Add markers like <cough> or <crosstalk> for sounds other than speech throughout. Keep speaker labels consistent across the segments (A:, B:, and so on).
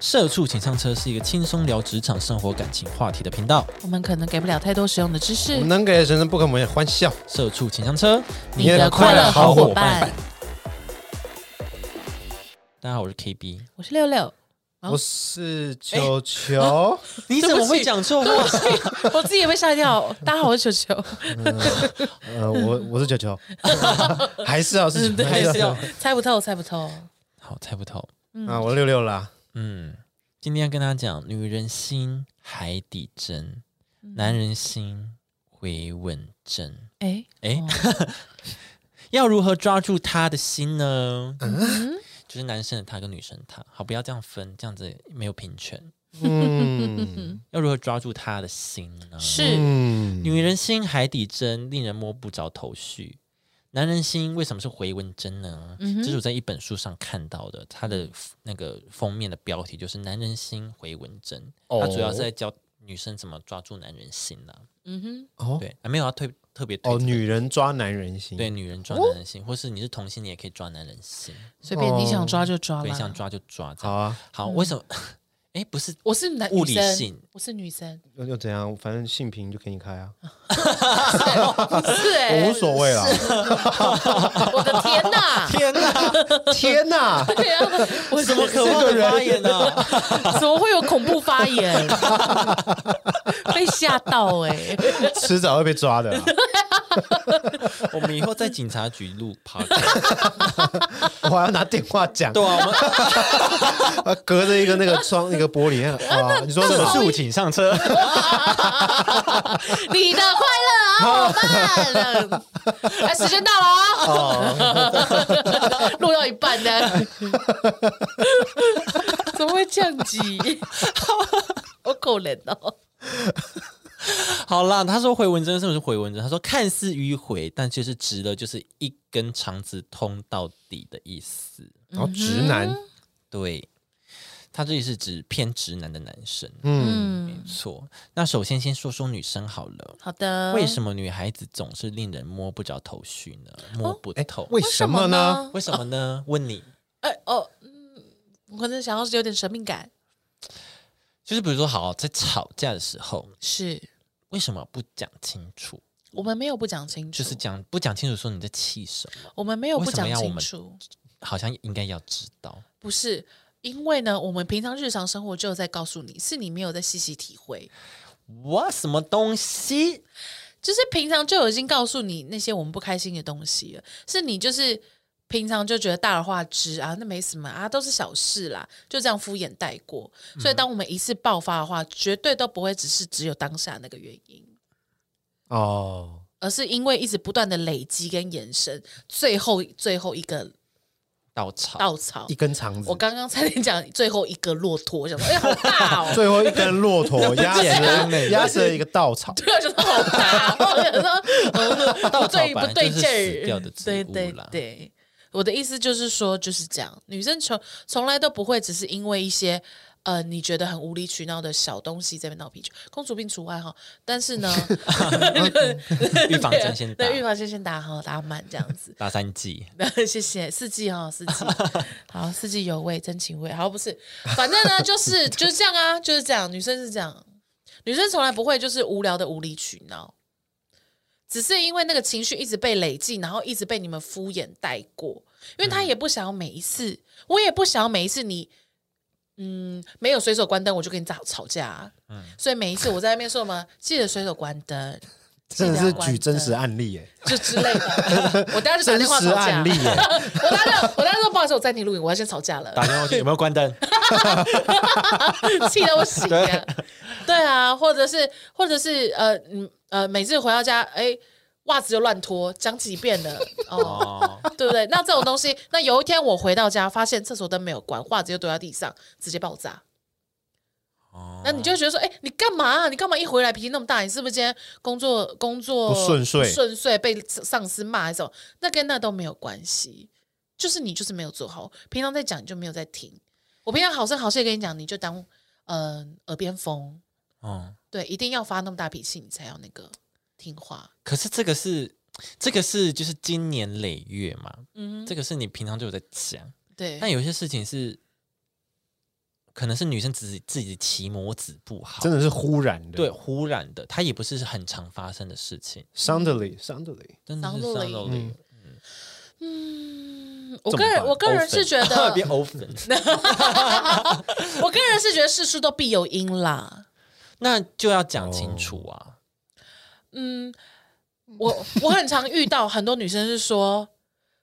A: 社畜请上车是一个轻松聊职场、生活、感情话题的频道。
B: 我们可能给不了太多实用的知识
C: 我们。能给人生不可磨灭欢笑。
A: 社畜请上车，
C: 你的快乐好伙
B: 伴。
A: 大家好，我是 KB。
B: 我是六
C: <laughs>
B: 六，哦
C: 我是球球，
A: 你怎么会讲错话？
B: 我自己也被吓一跳。大家好，我是球球，
C: 呃，我我是球球，还是啊，是
A: 还是要
B: 猜不透，猜不透。
A: 好猜不透。
C: 啊，我六六啦。
A: 嗯，今天要跟大家讲，女人心海底针，男人心回吻针。
B: 哎，
A: 哎， <laughs> 要如何抓住他的心呢？就是男生的他跟女生的他，好，不要这样分，这样子没有平权。
C: 嗯
A: 要如何抓住他的心呢？
B: 是
C: 嗯，
A: 女人心海底针，令人摸不着头绪。男人心为什么是回纹针呢？这是我在一本书上看到的，它的那个封面的标题就是“男人心回纹针”，
C: 哦
A: 它主要是在教女生怎么抓住男人心啦、
B: 嗯
C: 哦
A: 对，啊、没有要特特别推
C: 哦，
A: 这个
C: 女人抓男人心，
A: 对女人抓男人心，或是你是同性，你也可以抓男人心，
B: 哼，随
C: 哦
B: 便你想抓就抓
A: 对，想
B: 吧。
A: 抓就抓。这
C: 好
A: 样
C: 啊，
A: 好，为什么？ <laughs> 哎，不
C: <laughs>
A: 是
B: 我是男
A: 物理，
B: 女生
A: 性
B: 我是
A: <laughs>
B: 女生，
C: 又又怎样？反正性平就给你开啊，
B: 是
C: 我
B: 哎
C: 无，所谓啦。
B: 我的
A: <laughs>
B: 天哪！
A: 天哪，
C: 天哪，
B: 对啊，我
A: 什么可怕的发言呢、
C: <laughs>
A: 啊？
B: 怎么会有恐怖
A: <laughs>
B: 发言？被吓到哎！
C: 迟早会被抓的啊。
A: 我们以后在警察局
C: <laughs>
A: 录 p
C: 我还要拿电话讲，
A: 对啊，我们
C: 啊隔着一个那个窗一个玻璃啊。你说什么？
A: 速请上车。
B: 你的快乐好伙伴这样 <laughs> 子。哎，时间到了 <laughs> 啊！录到一半呢， <laughs> 怎么会降级？ <laughs> 好可怜哦！
A: 好啦，他说回文针是不是回文针？他说看似迂回，但却是直的，就是一根肠子通到底的意思。
C: 然后哦直男，
A: 对，他这里是指偏直男的男生，
C: 嗯，
A: 没
B: 嗯，
A: 错。那首先先说说女生好了。
B: 好的。
A: 为什么女孩子总是令人摸不着头绪呢？摸不
C: 哎
A: 透，，
C: 为
B: 为
C: 什么呢？？
A: 为什么呢？问你，
B: 哎哦，嗯，我可能想要是有点神秘感，
A: 就是比如说，好，在吵架的时候，
B: 是
A: 为什么不讲清楚？
B: 我们没有不讲清楚，
A: 就是讲不讲清楚，说你在气什么，
B: 我们没有不讲
A: 为什么要我
B: 清
A: 们
B: 楚，
A: 好像应该要知道。
B: 不是。因为呢，我们平常日常生活就有在告诉你，是你没有在细细体会。
A: 我什么东西？
B: 就是平常就已经告诉你那些我们不开心的东西了，是你就是平常就觉得大而化之啊，那没什么啊，都是小事啦，就这样敷衍带过。所以当我们一次爆发的话，绝对都不会只是只有当下那个原因，
C: 哦，
B: 而是因为一直不断的累积跟延伸，最后最后一个
A: 稻草。
B: 稻草
C: 一。根肠子
B: 我，刚刚差点讲最后一个骆驼，我想说哎、好大哦，
C: <laughs> 最后一根骆 <laughs> 驼压
A: 简单
C: 死压死了一个稻草。
B: 对啊，就是好大，我想说，
A: <laughs> 稻
B: 不
A: 草
B: 对
A: 本
B: 不
A: 来
B: 对
A: 就是
B: 劲儿，
A: 死掉的植
B: 对
A: 物
B: 对
A: 啦
B: 对。我的意思就是说，就是这样，女生从从来都不会只是因为一些呃你觉得很无理取闹的小东西在那边闹脾气，公主病除外哈。但是
A: <laughs>
B: 呢，
A: 嗯
B: <laughs>
A: 预防针先打
B: 对，预防针先打好，打满这样子。
A: 打三剂，
B: <laughs> 谢谢四季哈、四
C: <laughs>
B: 季好，四季有味，真情味。好，不是，反正
C: <laughs>
B: 呢，就是就是这样啊，就是这样。女生是这样，女生从来不会就是无聊的无理取闹，只是因为那个情绪一直被累积，然后一直被你们敷衍带过，因为
C: 嗯
B: 她也不想要每一次，我也不想要每一次你。嗯，没有随手关灯，我就跟你吵吵架、嗯，所以每一次我在那边说什么，记得随手关灯，
C: 真的是举真实案例耶，
B: 就之类
C: <laughs>
B: 的。我当时打
C: 真
B: 电话
C: 实
B: 吵架
C: 案例，
B: <laughs>
C: 耶，
B: 我当时我当时说不好意思，我暂停录影，我要先吵架了，
A: 打电话去有没有关灯？
B: <laughs> 气到我醒啊！对啊，或者是或者是呃嗯呃，每次回到家，哎，袜子就乱脱，讲几遍了哦。
A: 哦，
B: 对不对？那这种东西，那有一天我回到家，发现厕所灯没有关，袜子又丢在地上，直接爆炸。
A: 哦
B: 那你就会觉得说，哎、你干嘛啊、你干嘛一回来脾气那么大？你是不是今天工作工作
C: 不顺遂
B: 不顺遂被上司骂还是什么？那跟那都没有关系，就是你就是没有做好。平常在讲你就没有在听，我平常好声好气地跟你讲，你就当嗯、耳边风。
A: 嗯，
B: 对，一定要发那么大脾气，你才要那个听话。
A: 可是这个是这个是就是经年累月嘛，
B: 嗯，
A: 这个是你平常就有在讲，
B: 对
A: 但有些事情是可能是女生自己自己骑摩子不好，
C: 真的是忽然的，
A: 对，忽然的，它也不是很常发生的事情，
C: ，suddenly，suddenly，
A: 真的是
B: 伤了
A: suddenly
C: 嗯
B: 嗯，我
C: 怎
B: 个
C: 么
B: 人
C: 办
B: 我个人
A: Open
B: 是觉得，
A: 变
B: <laughs>
A: open，
C: <laughs>
B: 我个人是觉得事出都必有因啦。
A: 那就要
C: 哦
A: 讲清楚啊。
B: 嗯，我我很常遇到很多女生是说，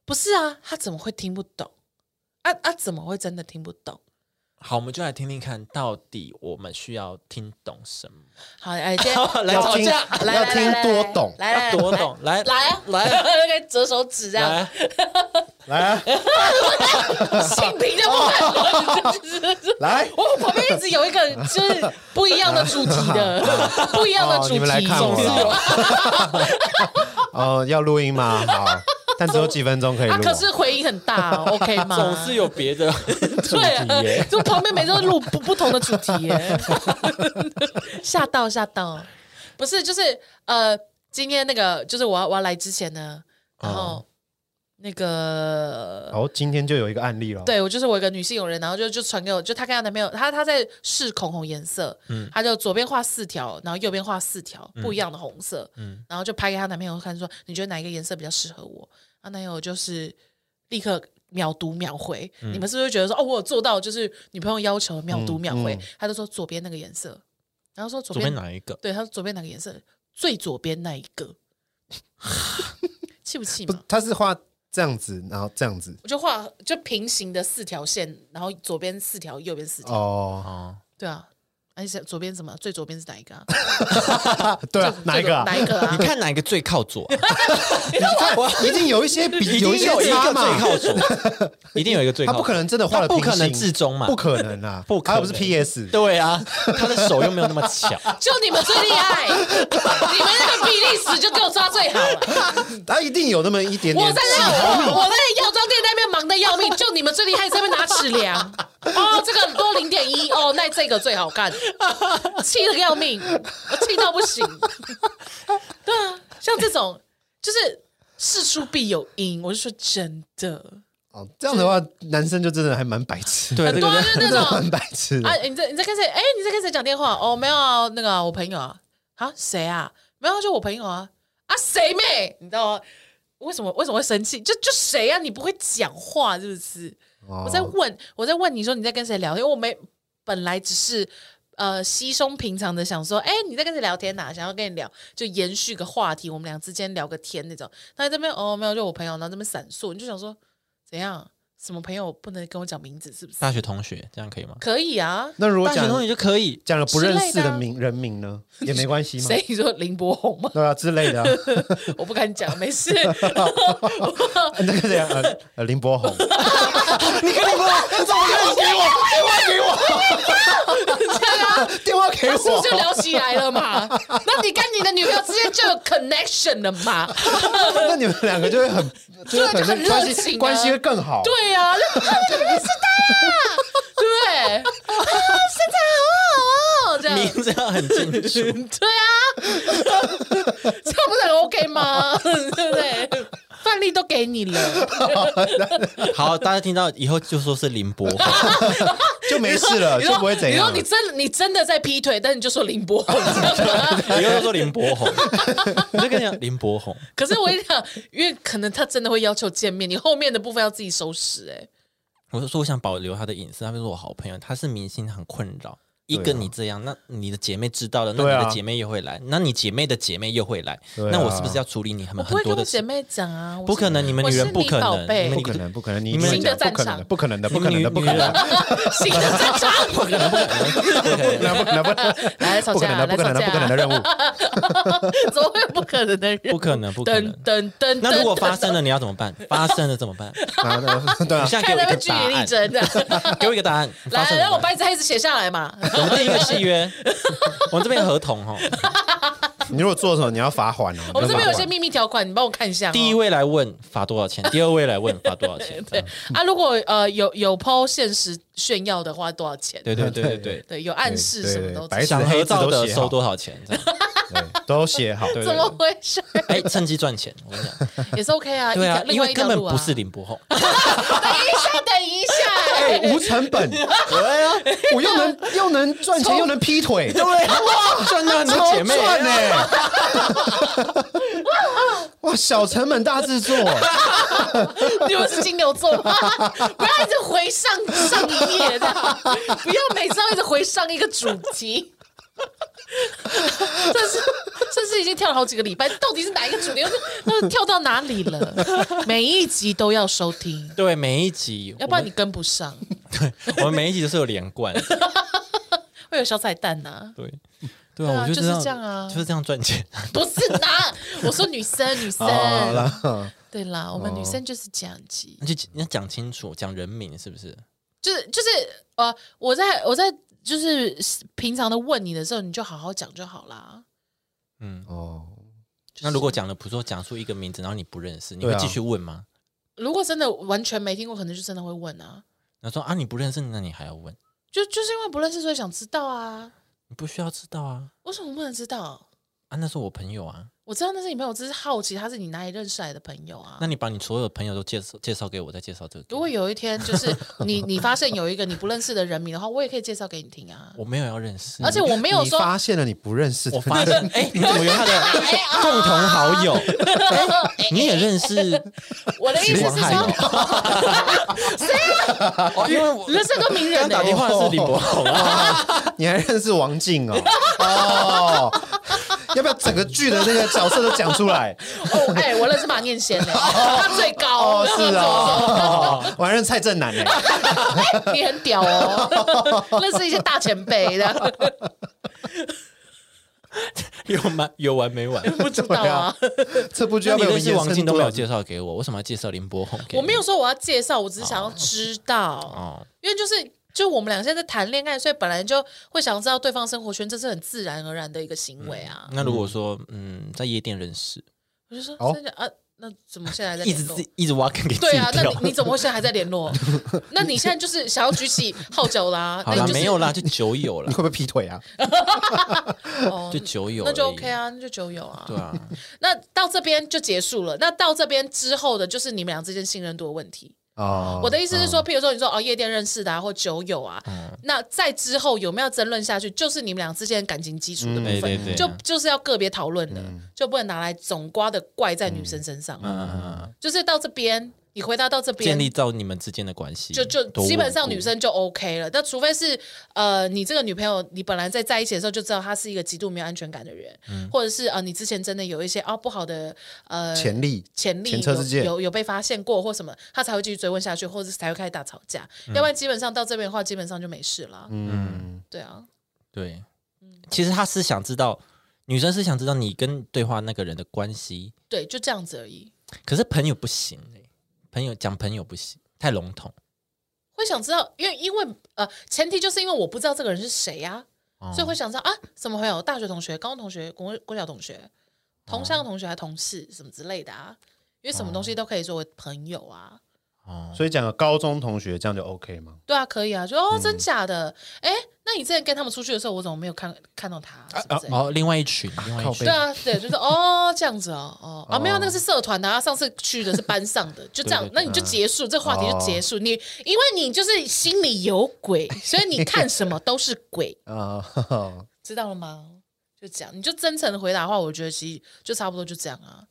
B: 不是啊，她怎么会听不懂？啊啊，怎么会真的听不懂？
A: 好，我们就来听听看，到底我们需要听懂什么？
B: 好，哎，
C: <laughs>
B: 今天
A: 来
C: 要
A: 吵
C: 听
A: 架，
B: 来
C: 要
B: 来
C: 听
B: 来
C: 多
B: 来
C: 懂
B: 来来
A: <laughs> 要多懂，来
B: <laughs> 来啊，
A: 来
B: 可以折手指这样，
A: 来，
C: 来 <laughs> 啊
B: 性平就不看
C: <laughs>
B: 了。
C: 来，
B: 我旁边一直有一个就是不一样的主题
C: <laughs>
B: 的，不一样的
C: 哦
B: 主题，
C: 你们来看
B: 总
C: 我
B: 是有啊
C: 了。哦，要录音吗？好，但只有几分钟可以
B: 啊，
C: 录。哦
B: 可是回音很大哦，OK 吗？
A: 总是有别 <laughs> 的。
B: 对
C: 主题
B: 啊
C: 耶，
B: <laughs> 就旁边每次都录不不同的主题耶，吓到吓到，不是就是呃，今天那个就是我要我要来之前呢，然后那个。
C: 哦，今天就有一个案例了。，
B: 对我就是我有一个女性友人，然后就就传给我，就她跟她男朋友，她她在试口红颜色，嗯，她就左边画四条，然后右边画四条不一样的红色，嗯，然后就拍给她男朋友看说，你觉得哪一个颜色比较适合我？她男友就是立刻秒读秒回，
C: 嗯
B: 你们是不是觉得说哦，我有做到就是女朋友要求的秒读秒回？
C: 嗯
B: 她就说左边那个颜色，然后说左
A: 左边哪一个？
B: 对，她说左边哪个颜色？最左边那一个， <laughs> 气不气
C: 不
B: 嘛？，
C: 他是画这样子，然后这样子。
B: 我就画就平行的四条线，然后左边四条，右边四条。
C: 哦，
A: 哦，
B: 对啊，而且左边什么？最左边是哪一个啊？
C: <laughs> 对啊，哪一个啊？
B: 哪一个啊
A: 你？看哪一个最靠左啊？
C: 一定有
B: <laughs>
C: 一
A: <laughs>
C: 些
A: 一
C: 比
A: 定
C: 有
A: 有
C: 一
A: 一
C: 些
A: 个最
C: 差嘛，
A: 靠左， <laughs> 一定有一个最
C: 他
A: 靠左。
C: 不可能真的画
A: 他
C: 的
A: 不可能至中嘛
C: 不可能啊，
A: 不可能
C: 他又不是 PS，
A: 对啊，他的手又没有那么巧。
B: 就你们最厉
A: <laughs>
B: 害，你们那个比例尺就给我抓最好了。
C: 他一定有那么一点
B: 我
C: 点
B: 在。那我我在药妆店那边忙得要命，就你们最厉害，在那边拿尺
A: <laughs>
B: 量。哦，这个多零点一哦，那这个最好看，气得要命，我气到不
A: <laughs>
B: 行。对啊，像这种就是事出必有因，我是说真的。
C: 哦，这样的话，男生就真的还蛮白痴，
A: 对，这
B: <laughs> 对啊，
A: 个
B: 就是
C: <laughs> 真
B: 那
C: 的
B: 种
C: 蛮白痴的
B: 啊，。你在你在跟谁？哎、你在跟谁讲电话？哦，没有啊，那个啊、我朋友啊，啊，谁啊？没有啊，就我朋友啊，啊，谁妹？你知道吗？为什么为什么会生气？就就谁啊？你不会讲话是不是？
C: 我
B: 我在问，我在问你说你在跟谁聊天？因为我没本来只是呃稀松平常的想说，哎、你在跟谁聊天呐、想要跟你聊，就延续个话题，我们俩之间聊个天那种。他在这边哦，没有，就我朋友，然后这边闪烁，你就想说怎样？什么朋友不能跟我讲名字是不
A: <laughs>
B: 是？
A: 大学同学这样可以吗？
B: 可以啊，
C: 那如果
A: 大学
C: 讲
A: 同学就可以，
C: 讲了不认识
B: 之类的
C: 的
B: 啊
C: 名人名呢，也没关系吗？
B: 谁？你说林柏宏吗？ <laughs>
C: 对啊，之类的啊。
B: 我不敢讲，没
C: <laughs>
B: 事。 <laughs>
C: 你在跟谁啊？呃呃，林柏
B: <laughs>
C: 宏。
A: 你可以吗？
C: 你怎么可以给我
B: 是不是
C: 电话给我？电话给
B: 就
C: 我？
B: 聊起来了嘛？那你跟你的女朋友之间就有 connection 了嘛？
C: <laughs> 那你们两个就会很，就
B: 就
C: 会
B: 很
C: 很
B: 热
C: 关
B: 情
C: 系，
B: 啊
C: 关系会更好。
B: 对呀、啊，就啊你怎么认识他
C: <laughs>
B: 呀、对不对？啊，身材好好哦，这样
A: 名字要很清楚。
B: 对啊，这样不是很 OK 吗？对不对？范例都给你了，
A: <laughs> 好，大家听到以后就说是林柏宏，
C: <laughs> 就没事了，
B: 你
C: 就
B: 说
C: 不会怎
B: 你说
C: 样。
B: 你真你真的在劈腿，但你就说林
C: <laughs>
B: 柏宏，这样吗
A: <laughs> 以后就说林 <laughs> 柏宏，你就跟你讲林柏宏。
B: 可是我跟你讲，因为可能他真的会要求见面，你后面的部分要自己收拾、欸。
A: 我就说我想保留他的隐私，他是我好朋友，他是明星，很困扰。一个你这样，那你的姐妹知道了，那
C: 啊对啊
A: 你的姐妹又会来，那你姐妹的姐妹又会来，
C: 对啊
A: 那我是不是要处理你很
B: 我不
A: 很
B: 会
A: 多
B: 跟
A: 的
B: 我
A: 事
B: 姐？妹讲啊，我
A: 不可
B: <laughs>
A: 能，你们女人不可
B: 我是
A: 能
B: 你宝，贝
A: 你们
C: 不
A: 女
C: 可能，不可能，你
A: 你们
C: 一定
B: 新的
C: 讲
B: 战场
C: 不可能的，不可能的，不可能的，
B: 啊新的战场，
A: <laughs>
B: 不可能，不可
C: 不可能，不可能，不可能，
B: 能，来吵
C: 不可
B: 架，
C: 能的，
B: 来
C: 不可
B: 吵
C: 能的，
B: 架，啊
C: 不可能的任务。
B: 怎么会有不可能的人？
A: 不可能，不可能。
B: 噔噔噔，
A: 那如果发生了，你要怎么办？发生了怎么办？你
C: 啊 <laughs> 对对啊，
A: 现在给
B: 看
A: 我一
B: 他
A: 个
B: 们据
A: 答
B: 理力
A: 案，
B: 争
A: <laughs>
B: 的，
A: 给我一个答
B: <laughs>
A: 案。发
B: 来
A: 生了
B: 让我
A: 怎么办
B: 白纸黑字写下
A: <laughs>
B: 来嘛。
A: 我们订一个契约，我们这边有合同
B: <laughs>
A: 哦。
C: 你如果做什么，你要罚款哦。
B: 我们这边有一些
C: 你
B: 秘密条款，你帮我看一下哦。
A: 第一位来问罚多少钱，第二位来问罚多少钱。这
B: <laughs> 对
A: 样
B: 啊，如果呃有有抛现实炫耀的话，多少钱？
A: 对对对对对，
B: 对，有暗示什么都
C: 对对对白
A: 想
C: 纸黑
A: 合
C: 字
A: 照
C: 都
A: 的
C: 写好
A: 收多少钱？这样
D: 对
C: 都写好，
D: 对
B: <laughs> 怎么回事？
A: <laughs> 哎、趁机赚钱，我跟你讲，
B: 也是 OK 啊，
A: 对啊
B: 一，个
A: 因为根本不。
B: <laughs>
A: 是林
B: 另外一条路啊
A: 柏宏，
B: 等一下，等一下，
C: 哎，无成本，对啊，我又能又能赚钱，又能劈
A: <laughs>
C: 腿，
A: 对，啊 <laughs> 哇，赚欸到很多姐妹，哎
C: 赚呢！哇，小成本大制作，
B: <laughs> 你们是金牛座吗？
A: <laughs>
B: 不要一直回上上一页的，不要每次都一直回上一个主题。 <laughs> 这是这是已经跳了好几个礼拜，到底是哪一个主题？那跳到哪里了？每一集都要收听，
A: 对，每一集，
B: 要不然你跟不上，
A: 我们我们每一集都是有连贯，
B: 会有小彩蛋呐、
A: 对，对
B: 对
A: 啊，
B: 啊
A: 我就
B: 就是
A: 这
B: 这样啊
A: 就是这样赚钱， <laughs>
B: 不是呐，我说女生，女生，
A: 哦
C: 好了，
B: 对啦，我们女生就是这样子。
A: 那就你要讲清楚，讲人名是不是？
B: 就是就是呃，我在我在就是平常的问你的时候，你就好好讲就好啦。
A: 嗯，
C: 哦，
A: 那如果讲了，比如说讲出一个名字，然后你不认识，你
C: 对
A: 会
C: 啊
A: 继续问吗？
B: 如果真的完全没听过，可能就真的会问啊。
A: 然后说啊，你不认识，那你还要问？
B: 就就是因为不认识，所以想知道啊。
A: 你不需要知道啊，
B: 为什么不能知道？
A: 啊，那是我朋友啊，
B: 我知道那是你朋友，只是好奇他是你哪里认识来的朋友啊
A: 那。你把你所有的朋友都介绍介绍给我，再介绍这个给
B: 如
A: 你。
B: 果有一天就是你你发现有一个你不认识的人名的话，我也可以介绍给你听啊。
A: 我没有要认识，
B: 而且我没有
C: 你
B: 说，
C: 发现了你不认识的，
A: 我发现， <laughs> 哎、你怎么有他的
B: 哎哦
A: 共同好友？你也认识？
B: 我的意思是
A: 王海
B: 说， <laughs> 哎
A: 哦，因为我
B: 你认识很多名人
A: 刚
B: 呢、
A: 打电话的是李博宏啊，
C: 你还认识王静哦，哦，要不要整个剧的那个角色都讲出来？
B: 哦，哎、我认识马念先呢、他最高，
C: 哦，是
B: <laughs>
C: 啊，我还认识蔡正南呢，
B: 你很屌哦，认识一些大前辈的，
A: <laughs> 有完有完没 <laughs> 完？
B: 不知道啊。
C: 这部剧
A: 那
C: 要
A: 你
C: 被
A: 认
C: 我们
A: 识
C: 延
A: 王
C: 伸
A: 静都
C: 多
A: 没
C: 少
A: 有介绍给我，为什么要介绍林柏宏给你？
B: 我没有说我要介绍，我只是想要知道，
A: 哦，
B: 因为就是就我们俩现在在谈恋爱，所以本来就会想知道对方生活圈，这是很自然而然的一个行为啊。
A: 那如果说嗯，在夜店认识，
B: 我就说
C: 哦
B: 真的啊，那怎么现在还在
A: 一直
B: 联
A: 自
B: 络？
A: 己一直挖坑给自己
B: 对啊，那
A: 跳。
B: 你你怎么会现在还在联络？那你现在就是想要举起号角啦？
A: 好啦，
B: 那你就是
A: 没有啦，就酒友
B: <laughs>
A: 啦
C: 你会，不会劈腿啊？
B: 哦
A: 就，酒友，
B: 那就 OK。啊，那就酒友啊。
A: 对
B: <laughs>
A: 啊，
B: 那到这边就结束了。那到这边之后的，就是你们俩之间信任度的问题。
C: 哦，
B: 我的意思是
A: 嗯
B: 说，譬如说你说哦夜店认识的啊，或酒友啊，那在之后有没有争论下去，就是你们俩之间感情基础的部
A: 对
B: 分，
A: 嗯对对，
B: 就就是要个别讨论的，就不能拿来总瓜的怪在女生身上。啊
A: 嗯嗯嗯
B: 就是到这边，你回答到这边
A: 建。立到你们之间的关系，
B: 就就
A: 多
B: 基本上
A: 稳固
B: 女生就 OK 了，那除非是呃，你这个女朋友，你本来在在一起的时候就知道她是一个极度没有安全感的人，
A: 嗯
B: 或者是呃，你之前真的有一些哦不好的呃
C: 潜力，
B: 潜力
C: 前车之鉴
B: 有有有被发现过或什么，他才会继续追问下去，或者是才会开始大吵架。要不然基本上到这边的话，基本上就没事了。
C: 嗯，
B: 对啊，
A: 对，其实他是想知道，女生是想知道你跟对话那个人的关系，
B: 对，就这样子而已。
A: 可是朋友不行、欸、朋友讲朋友不行，太笼统。
B: 会想知道，因为因为呃，前提就是因为我不知道这个人是谁呀、
A: 哦
B: 所以会想知道啊，什么朋友，大学同学、高中同学、国国小同学、同
C: 哦
B: 乡同学还同事什么之类的啊，因为什么东西都可以作为朋友啊。
A: 哦，
C: 所以讲个高中同学这样就 OK 吗？
B: 对啊，可以啊，就哦，
C: 嗯
B: 真假的，哎、那你之前跟他们出去的时候，我怎么没有看看到他？什
C: 啊
B: 么之类的
A: 哦，另外一群，另外一
C: 靠
A: 群
C: 背
B: 对啊，对，就是哦，这样子哦，哦，啊，没有，那个是社团的、啊，上次去的是班上的，就这样
A: 对，对
B: 那你就结束，这个话题就结束。你因为你就是心里有鬼，所以你看什么都是鬼，
C: 啊，哈哈
B: 知道了吗？就这样，你就真诚的回答的话，我觉得其实就差不多就这样啊。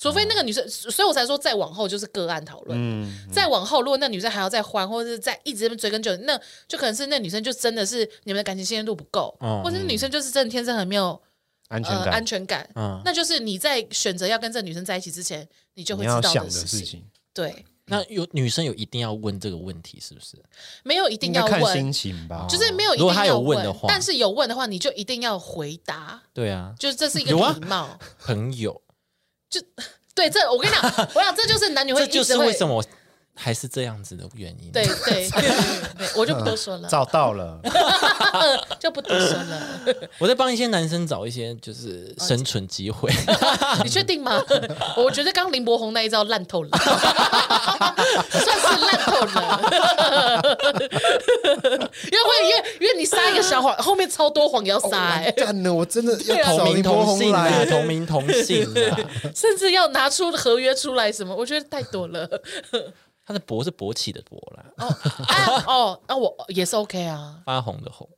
B: 除非那个女生，所以我才说再往后就是个案讨论。
C: 嗯，
B: 再往后，如果那女生还要再欢，或者是再一直这么追根究底，那就可能是那女生就真的是你们的感情信任度不够，
A: 嗯
B: 或者是女生就是真的天生很没有
C: 安全
B: 呃、
C: 感
B: 安，全感。
A: 嗯，
B: 那就是你在选择要跟这女生在一起之前，你就会
C: 你
B: 知
C: 要
B: 道
C: 想
B: 事
C: 事。情，
B: 对，
A: 那有女生有一定要问这个问题，是不是？
B: 没有一定
C: 应
B: 要
C: 该看心
B: 问，
C: 情吧。
B: 就是没有一
A: 哦如
B: 定
A: 果他
B: 要
A: 有问的话
B: 但是有问的话，你就一定要回答，
A: 对啊，
B: 就是这是一个
A: 有啊
B: 礼貌。
A: 朋友， <laughs>
B: 对，这我跟你讲，我想这就是男女会
A: 这
B: 一直
A: 就
B: 会
A: 是为什么我还是这样子的原因。 <laughs>
B: 对，对对对对，我就不多说了，
C: 哦
B: 啊
C: 找
B: <laughs>
C: 到了，
B: 就不多说
A: <laughs>
B: 了。
A: 我在帮一些男生找一些就是生存机会。
B: 你确定吗？我觉得刚林柏宏那一招烂透了， <laughs> 算是烂透了。 <laughs> 因为会，因为因为你撒一个小谎，后面超多谎
A: 哦
B: 要撒、欸，
C: <laughs> 干了，我真的要
B: 啊
A: <laughs> 同
C: 找
A: 名
C: 林柏
A: 同
C: 宏
A: 姓啊，
C: 来，
A: 同名同姓
C: <laughs>
A: 啊，
B: 甚至要拿出合约出来什么，我觉得太多
A: <laughs>
B: 了。
A: 他的勃是勃起的勃啦，
B: 啊哦，那、我也是 OK 啊。
A: 发红的
B: <laughs>
A: 红。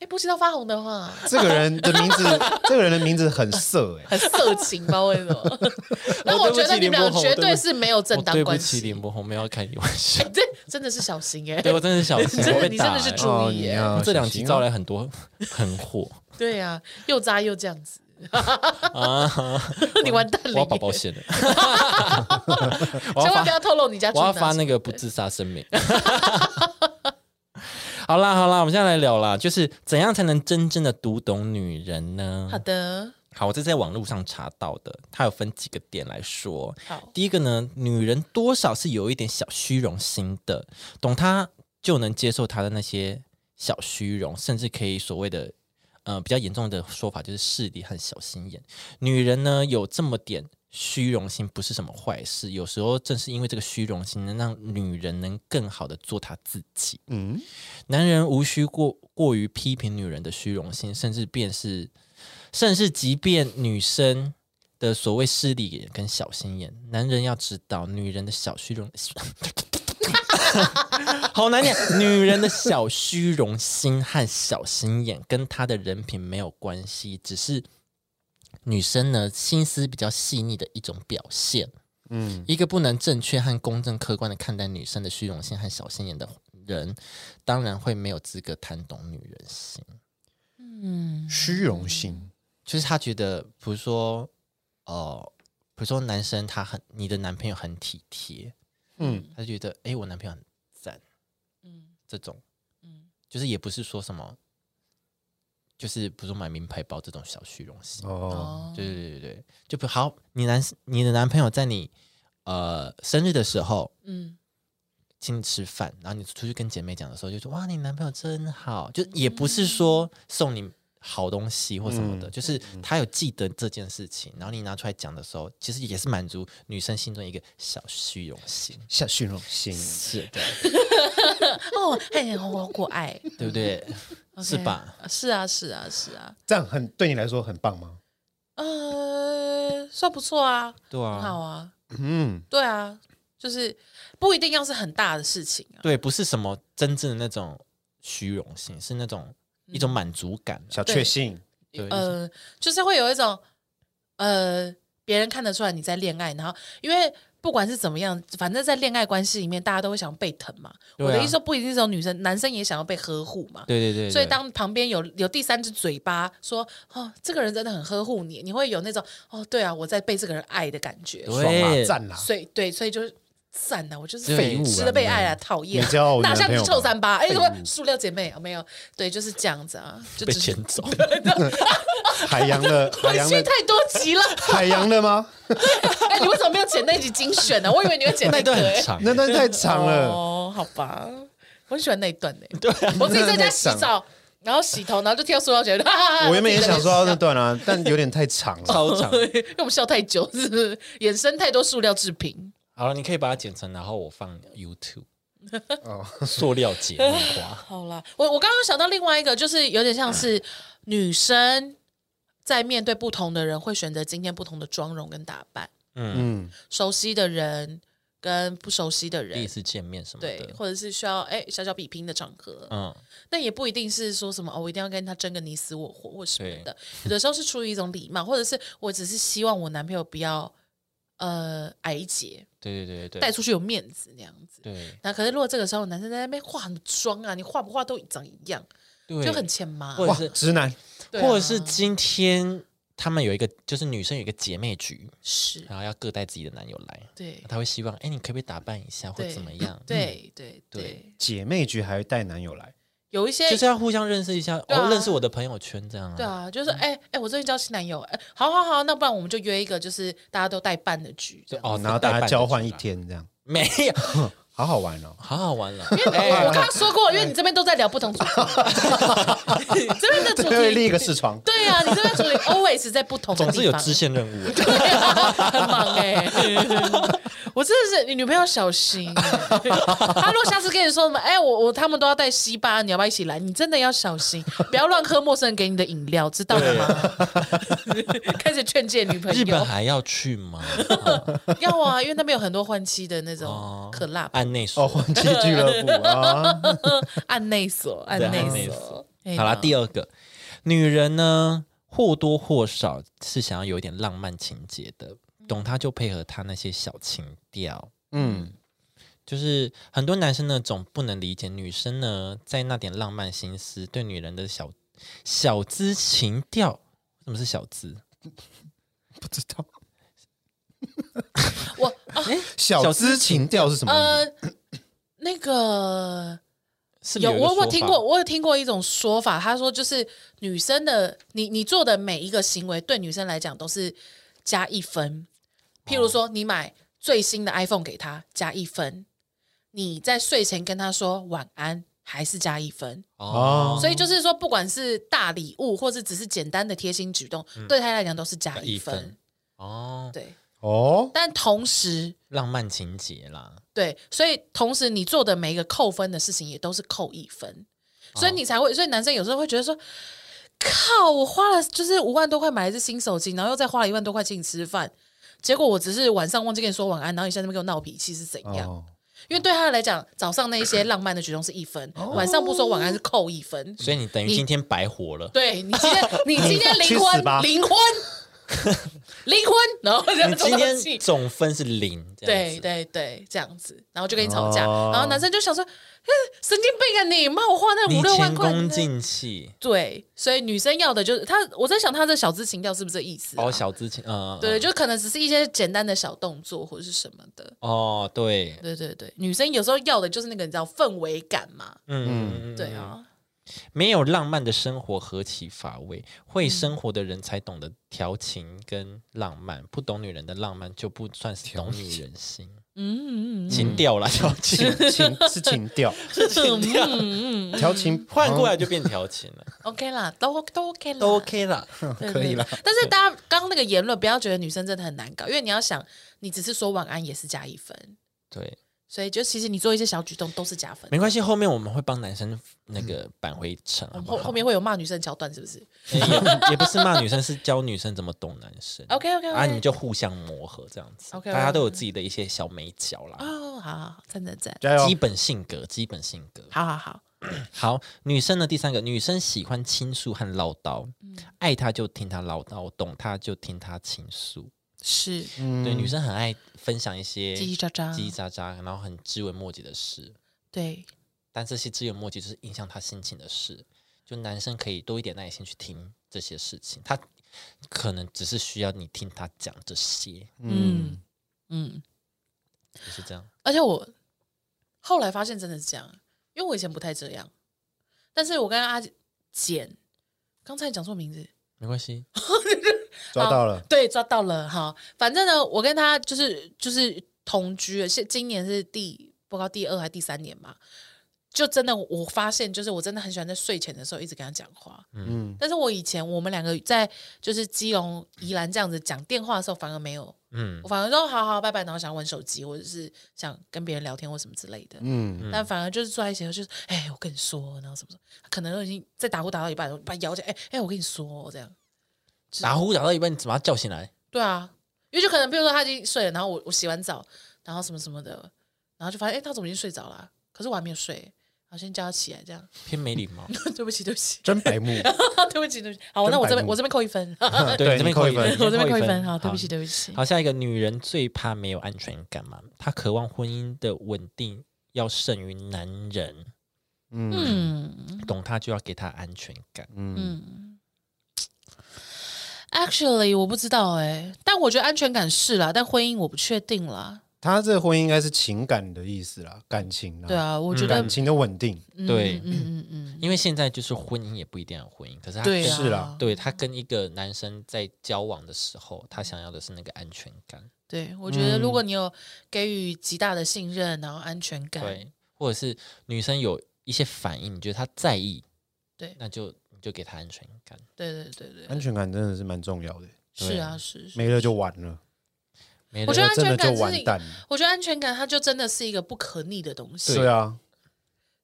B: 哎，不知道发红的话，
C: 这个人的名字，这个人的名字很色
B: 很
C: 哎、
B: 色情吧？为什么？ <laughs> 那我觉得你们俩绝对是没有正
A: 我
B: 当
A: 哦对不
B: 关
A: 起
B: 系。
A: 林柏宏，没有要开你玩笑
B: <laughs> 哎，，这真的是小心哎、
A: 对我真的是小心，
B: 真的
A: 我被
B: <laughs> 你
A: 打
B: 真的是
A: 欸
B: <laughs> 注
C: 哦，
B: 意
C: 你
B: 耶
C: 要哦
A: 这两集
C: 照
A: 招来很多很火
B: 对呀、又渣又这样子，
A: 啊！
B: <laughs> 你完蛋
A: 我
B: 了耶！
A: 要保保险
B: <laughs>
A: 了，我
B: 千
A: 要
B: 万不
A: 发
B: 要透露你家住
A: 我
B: 哪
A: 要
B: 里。
A: 发那个不自杀声明。 <laughs> 好啦好啦，我们现在来聊啦，就是怎样才能真正的读懂女人呢
B: 好？的，
A: 好，我这是在网络上查到的，它有分几个点来说。
B: 好，
A: 第一个呢，女人多少是有一点小虚荣心的，懂她就能接受她的那些小虚荣，甚至可以所谓的，呃，比较严重的说法就是势利和小心眼。女人呢有这么点虚荣心，不是什么坏事，有时候正是因为这个虚荣心，能让女人能更好的做她自己。
C: 嗯，
A: 男人无需过过于批评女人的虚荣心，甚至便是，甚至即便女生的所谓势利眼跟小心眼，男人要知道女人的小虚荣， <laughs> 好难念。女人的小虚荣心和小心眼跟她的人品没有关系，只是女生呢心思比较细腻的一种表现。
C: 嗯，
A: 一个不能正确和公正客观的看待女生的虚荣心和小心眼的人，当然会没有资格谈懂女人心。嗯
C: 虚荣心，
A: 就是他觉得，比如说，哦、比如说男生他很，你的男朋友很体贴，
C: 嗯，
A: 他就觉得，诶，我男朋友很赞，
B: 嗯
A: 这种，
B: 嗯，
A: 就是也不是说什么，就是比如说买名牌包这种小虚荣心，
C: 哦，
B: 哦，
A: 对对对对，就比如好，你男你的男朋友在你呃生日的时候，
B: 嗯，
A: 请你吃饭，然后你出去跟姐妹讲的时候，就说哇，你男朋友真好，
B: 嗯
A: 就也不是说送你好东西或什么的，
C: 嗯
A: 就是他有记得这件事情，然后你拿出来讲的时候，其实也是满足女生心中一个小虚荣心，
C: 像虚荣心，
A: 是的，
B: 哦，嘿，我我过爱，
A: 对不
B: <laughs>
A: 对？
B: OK
A: 是吧？
B: 是啊，是啊，是啊，
C: 这样很对你来说很棒吗？
B: 呃，算不错啊，
A: 对
B: 很好
A: 啊，
B: 啊，
C: 嗯，
B: 对啊，就是不一定要是很大的事情啊，
A: 对，不是什么真正的那种虚荣心，是那种一种满足感、啊，
C: 小确幸，
A: 对，
B: 嗯呃，就是会有一种，呃，别人看得出来你在恋爱，然后因为不管是怎么样，反正在恋爱关系里面，大家都会想被疼嘛。
A: 对啊
B: 我的意思说，不一定是只有女生，男生也想要被呵护嘛。
A: 对对对对，
B: 所以当旁边有有第三只嘴巴说哦，这个人真的很呵护你，你会有那种哦，对啊，我在被这个人爱的感觉。
A: 对
C: 爽啊，赞啦，
B: 所以对，所以就是赞呐、我就是
A: 废物啊
B: 值得被爱啊，讨厌
C: 你骄傲，我
B: 哪
C: 男
B: 像
C: 朋
B: 你
C: 友
B: 臭
C: 吗？
B: 三八？哎，什么塑料姐妹？哦，没有，对，就是这样子啊，就
A: 被
B: 只是
A: 牵走，
C: 海洋的，海洋
B: 去
C: 的，
B: 太多集了。
C: 海洋的吗？
B: 哎、你为什么没有剪那集精选呢、啊我以为你会
A: <laughs>
B: 剪
A: 那
B: <laughs> 那
A: 一
B: 个、
A: 段
B: 欸
A: 很。长，
C: 那段太长啊了，
B: 哦，好吧，我很喜欢那一段呢、对、
C: 啊
B: 我自己在家洗澡，然后洗头，然后就听到塑料姐妹，哈哈哈
C: 我原本也
B: 自己在边
C: 想说到那
B: 笑 <laughs>
C: 段啊，但有点太长了。
A: 超长。
B: 因为我们笑太久，是不是衍生太多塑料制品？
A: 好了，你可以把它剪成，然后我放 YouTube
C: 哦，
A: 塑料姐妹
B: <laughs>
A: 花。
B: 好啦，我我刚刚想到另外一个，就是有点像是女生在面对不同的人，会选择今天不同的妆容跟打扮，
A: 嗯，
C: 嗯，
B: 熟悉的人跟不熟悉的
A: 第一
B: 人，
A: 次见面什么
B: 对，
A: 的，
B: 或者是需要哎小小比拼的场合，
A: 嗯，
B: 那也不一定是说什么哦，我一定要跟他争个你死我活或什么的。有的时候是出于一种礼貌，或者是我只是希望我男朋友不要呃矮截，
A: 对对对对
B: 带
A: 对
B: 出去有面子那样子。
A: 对
B: 那可是如果这个时候男生在那边化什么妆啊，你化不化都长一样，
A: 对，
B: 就很欠骂。
A: 或者
C: 哇
A: 是，
C: 直男，
B: 对啊
A: 或者是今天他们有一个，就是女生有一个姐妹局，
B: 是，
A: 然后要各带自己的男友来，
B: 对
A: 她会希望，哎，你可不可以打扮一下或
B: 对
A: 怎么样？
B: 对对
A: 对
B: 对
C: 姐妹局还带男友来，
B: 有一些
A: 就是要互相认识一下，
B: 对啊
A: 哦，认识我的朋友圈这样
B: 对
A: 啊。
B: 啊，就是哎哎、我最近交新男友，哎、好好好，那不然我们就约一个，就是大家都代办的局，这
A: 就
B: 样。
A: 哦，
C: 然后
A: 代办
C: 大家
A: 的
C: 交换一
A: 局啊，
C: 天这样，
A: 没有，
C: 好好玩哦。
A: 好好玩了。
B: 哎我刚刚说过，因为你这边都在聊不同主
A: <laughs>
B: 题，你这边的主
C: <laughs> 对，立一
B: 题，
C: 个视窗，
B: 对啊，你这边主题 always 在不同的
A: 总
B: 地方，
A: 之有支线任务，
B: <laughs> 对啊很忙哎、我真的是你女朋友小心、
A: <laughs>
B: 她如果下次跟你说什么，哎、我我他们都要带西巴，你要不要一起来？你真的要小
A: <laughs>
B: 心，不要乱喝陌生人给你的饮料，知道了吗？ <laughs> 开始劝诫女朋
A: 啊日本
B: 友，
A: 还要去
B: <laughs>
A: 吗？
B: 要啊，因为那边有很多换妻的那种
A: 哦
B: 可辣吧
A: 按内 <laughs>
C: 哦，
A: 说。
C: 婚庆俱乐部啊，
B: 按内锁，按
A: 对按
B: 内
A: 内
B: 锁
A: 锁。
B: 哎
A: 好啦，
B: 呀
A: 第二个，女人呢或多或少是想要有一点浪漫情节的，
B: 嗯
A: 懂她就配合她那些小情调。
C: 嗯，
A: 就是很多男生呢总不能理解女生呢在那点浪漫心思对女人的小小资情调。什么是小资？
C: 不知道
B: 我啊
C: 小资情调是什么意思？
B: 呃，那个
A: 是不是有
B: 有
A: 一个
B: 我我
A: 说
B: 听
A: 法
B: 过，我有听过一种说法，他说就是女生的你你做的每一个行为，对女生来讲都是加一分。譬
A: 哦
B: 如说，你买最新的 iPhone 给她加一分，你在睡前跟她说晚安还是加一分。
A: 哦，
B: 所以就是说，不管是大礼物，或是只是简单的贴心举动，对她来讲都是加
A: 嗯加
B: 一
A: 一
B: 分。
A: 分哦，
B: 对，
C: 哦，
B: 但同时。
A: 浪漫情节啦，
B: 对，所以同时你做的每一个扣分的事情也都是扣一分，所以你才会，所以男生有时候会觉得说，靠，我花了就是五万多块买了一只新手机，然后又再花了一万多块请你吃饭，结果我只是晚上忘记跟你说晚安，然后你现在在那边给我闹脾气是怎样？
C: 哦，
B: 因为对他来讲，早上那一些浪漫的举动是一分，晚上不说晚安是扣一分。
A: 所以你等于
B: 你
A: 今天白活了。
B: 对你今天，你今天
C: 去
B: 离
C: 死
B: 婚
C: 吧，
B: 离婚，离婚，然后这样
A: 你
B: 生
A: 今
B: <laughs> 气
A: 天总分是零，这样
B: 对
A: 子
B: 对对，这样子，然后就跟你吵架，
C: 哦
B: 然后男生就想说，哼神经病啊你，骂我花那
A: 你
B: 五六万
A: 前
B: 块
A: 功
B: 呢。
A: 尽弃。
B: 对，所以女生要的就是他，我在想他这小资情调是不是这意思、啊？
A: 哦，小资情，嗯，嗯
B: 对，
A: 嗯
B: 就可能只是一些简单的小动作或者是什么的。
A: 哦，对，
B: 对对对，女生有时候要的就是那个你知道氛围感嘛。
A: 嗯，嗯
B: 对，啊，
A: 没有浪漫的生活何其乏味，会生活的人才懂得调情跟浪漫，不懂女人的浪漫就不算是懂女人心，
B: 嗯嗯嗯
A: 情调啦，调情
B: <laughs>
C: 情情 <laughs> 是情调，
A: 情调
B: 嗯嗯
C: 调情
A: 换过来就变调情了，
B: ，OK 啦，都 <laughs> 都 OK 啦，
A: 都 OK 啦。
B: 对
C: 可以。啦
B: 对对但是大家刚刚那个言论，不要觉得女生真的很难搞，因为你要想，你只是说晚安也是加一分。
A: 对，
B: 所以就其实你做一些小举动都是加分。
A: 没关系，后面我们会帮男生那个扳回一城，好
B: 我们
A: 不
B: 嗯后
A: 好？
B: 后面会有骂女生的桥段，是不是
A: 哎也也不是骂女生，是教女生怎么懂男生。
B: ？OK OK
A: 啊，你们
B: OK。
A: 就互相磨合这样子
B: OK，OK
A: 大家都有自己的一些小美角啦，
B: 哦，好好好，赞赞赞，
C: 加油
A: 基，本性格，基本性格。
B: 哎好好好，
A: 好，女生呢，第三个，女生喜欢倾诉和唠叨，
B: 嗯
A: 爱她就听她唠叨，懂她就听她倾诉。
B: 是
C: 嗯
A: 对，女生很爱分享一些
B: 叽叽喳喳
A: 叽叽喳喳，然后很枝微末节的事。
B: 对，
A: 但这些枝微末节就是影响她心情的事，就男生可以多一点耐心去听这些事情，他可能只是需要你听他讲这些，
B: 嗯嗯，
A: 就是这样。
B: 而且我后来发现真的是这样，因为我以前不太这样，但是我跟阿简，刚才讲错名字，
A: 没关系，
C: 抓到了，
B: 对，抓到了哈。反正呢，我跟他就是就是同居了，现今年是第不知道第二还第三年嘛。就真的，我发现就是我真的很喜欢在睡前的时候一直跟他讲话，
C: 嗯，
B: 但是我以前我们两个在就是基隆、宜兰这样子讲电话的时候，反而没有，
A: 嗯
B: 我，反而说好好拜拜，然后想玩手机，或者是想跟别人聊天或什么之类的。
C: 嗯，
B: 但反而就是坐在一起，就是哎、我跟你说，然后什么什么，可能都已经在打呼打到一半，我把他摇起来，哎、哎、我跟你说这样。
A: 打呼打到一半，你怎么把他叫醒来？
B: 对啊，因为就可能比如说他已经睡了，然后我我洗完澡，然后什么什么的，然后就发现哎、他怎么已经睡着了啊、可是我还没有睡，然后先叫他起来这样。 <laughs>
A: 偏没礼貌。
B: 对不起，对不起， <laughs>
C: 真白目，嗯
B: 对不起，对不起。好，那我这边我这边扣一分， <laughs>
A: 对，
C: 对
A: 你这边
C: 你扣
A: 可
C: 一
A: 以，
C: 分
A: 你
B: 我这边扣一分。好，
A: 好，
B: 对不起，。对不起。
A: 好，下一个，女人最怕没有安全感嘛，她渴望婚姻的稳定要胜于男人，
C: 嗯
B: 嗯
A: 懂她就要给她安全感。
C: 嗯，
B: 嗯。Actually，我不知道哎、但我觉得安全感是啦，但婚姻我不确定啦。
C: 他这个婚姻应该是情感的意思啦，感情啦，
B: 对，啊，我觉得
C: 感情的稳定，
B: 嗯
A: 对
B: 嗯嗯嗯嗯，
A: 因为现在就是婚姻也不一定要有婚姻，可是他
B: 对
A: 跟
B: 啊，
C: 是啦
A: 对他跟一个男生在交往的时候，他想要的是那个安全感，
B: 对，我觉得如果你有给予极大的信任，然后安全感，
A: 对，或者是女生有一些反应，你觉得她在意，
B: 对
A: 那就你就给她安全感。
B: 对对对对，
C: 安全感真的是蛮重要的，
B: 是啊是是。
C: 没了就完了，
A: 没
B: 我
A: 了
B: 觉得
C: 没了真的
B: 安全感
C: 就是完
B: 一
C: 蛋了。
B: 我觉得安全感它就真的是一个不可逆的东西，
C: 对啊，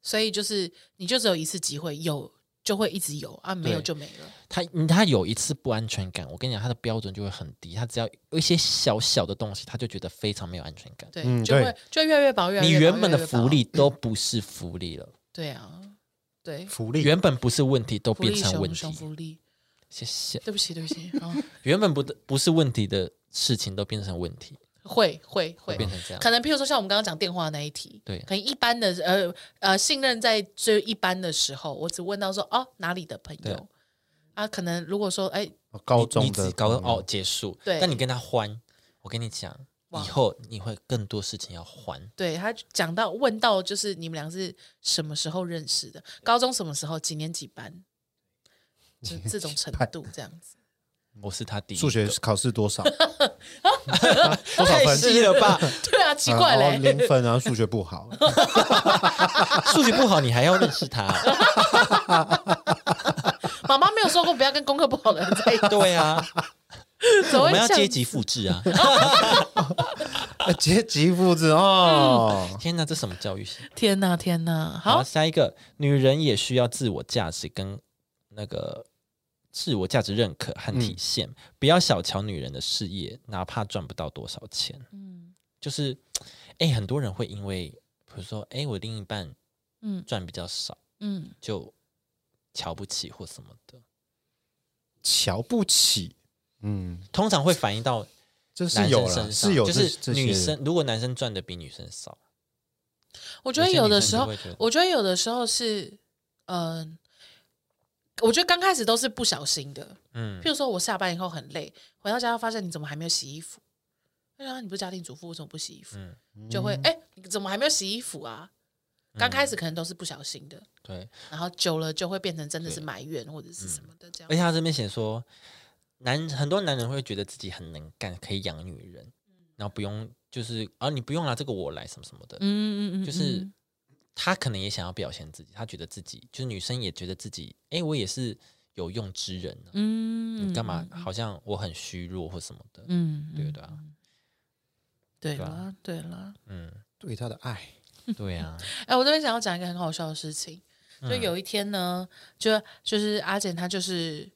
B: 所以就是你就只有一次机会，有就会一直有啊，没有
A: 对
B: 就没了。
A: 他嗯他有一次不安全感，我跟你讲，他的标准就会很低，他只要有一些小小的东西，他就觉得非常没有安全感。
B: 对，
C: 嗯
B: 就
C: 对
B: 会就会越来越薄，越来
A: 你
B: 越薄
A: 原本的福，
B: 越来越薄
A: 利都不是福利了，
B: 对啊，对，
C: 福利
A: 原本不是问题都
B: 福利
A: 变成问
B: 熊
A: 题
B: 熊。福利，
A: 谢谢，
B: 对不起对不起啊，
A: 原本不的不是问题的事情都变成问题，
B: <laughs> 会会会
A: 会变成这样。
B: 可能譬如说像我们刚刚讲电话那一题，
A: 对
B: 可能一般的呃呃信任在最一般的时候，我只问到说哦哪里的朋
A: 对
B: 友啊，可能如果说哎
C: 哦高
A: 你
C: 中
A: 你只
C: 的
A: 搞
C: 朋友
A: 哦结束，
B: 对
A: 但你跟他欢，我跟你讲，
B: 哇
A: 以后你会更多事情要还。
B: 对他讲到问到就是你们俩是什么时候认识的，高中什么时候几年几
A: <laughs>
B: 班，就这种程度这样子，
A: 我是他第一
C: 数学
A: 个
C: 考试多少？
A: 多少分？太细了吧？
B: 对啊， <laughs> 奇怪
C: 啊哦
B: 嘞，
C: 零分啊，数学
B: <laughs>
C: 不好，
A: 数学不好，你还要认识他？啊
B: <laughs> 妈妈没有说过不要跟功课不好的人
A: <laughs>
B: 在一起，
A: 对啊，
B: 怎么
A: 我
B: 会
A: 们要
B: 这
A: 阶
B: 样？
A: 级复制啊！
C: 啊阶级复制哦。
B: 嗯
A: 天哪，这什么教育系？
B: 天哪天哪，好，
A: 下一个，女人也需要自我价值跟那个自我价值认可和体现，
B: 嗯
A: 不要小瞧女人的事业，哪怕赚不到多少钱，
B: 嗯
A: 就是，哎、很多人会因为，比如说，哎、我另一半
B: 嗯
A: 赚比较少，
B: 嗯，
A: 就瞧不起或什么的，
C: 瞧不起，嗯，
A: 通常会反映到
C: 这是
A: 男生
C: 有了，
A: 身上，
C: 是有
A: 就
C: 这，
A: 是
C: 这些
A: 女
C: 人
A: 生如果男生赚的比女生少，
B: 我觉得
A: 些
B: 有
A: 女
B: 的
A: 生
B: 时
A: 就
B: 候
A: 会觉得
B: 我觉得有的时候是，嗯、我觉得刚开始都是不小心的。
A: 嗯
B: 譬如说我下班以后很累，回到家发现你怎么还没有洗衣服？对啊，你不是家庭主妇，为什么不洗衣服？
A: 嗯嗯
B: 就会哎、你怎么还没有洗衣服啊？刚开始可能都是不小心的，
A: 对，
B: 然后久了就会变成真的是
A: 对嗯哎
B: 埋怨或者是什么的这样
A: 而。且他这边写说，男很多男人会觉得自己很能干，可以养女人，
B: 嗯
A: 然后不用就是啊，你不用啦，这个我来什么什么的，
B: 嗯嗯嗯
A: 就是他可能也想要表现自己，他觉得自己就是女生也觉得自己，哎、我也是有用之人、啊，
B: 嗯
A: 你干嘛？？好像我很虚弱或什么的，
B: 嗯，
A: 对不对啊？
B: 对
A: 对啊
B: 啦，对啦。
A: 嗯，
C: 对他的爱，
A: 对啊，
B: 哎、我这边想要讲一个很好笑的事情，就
C: 嗯
B: 有一天呢，就就是阿简她就是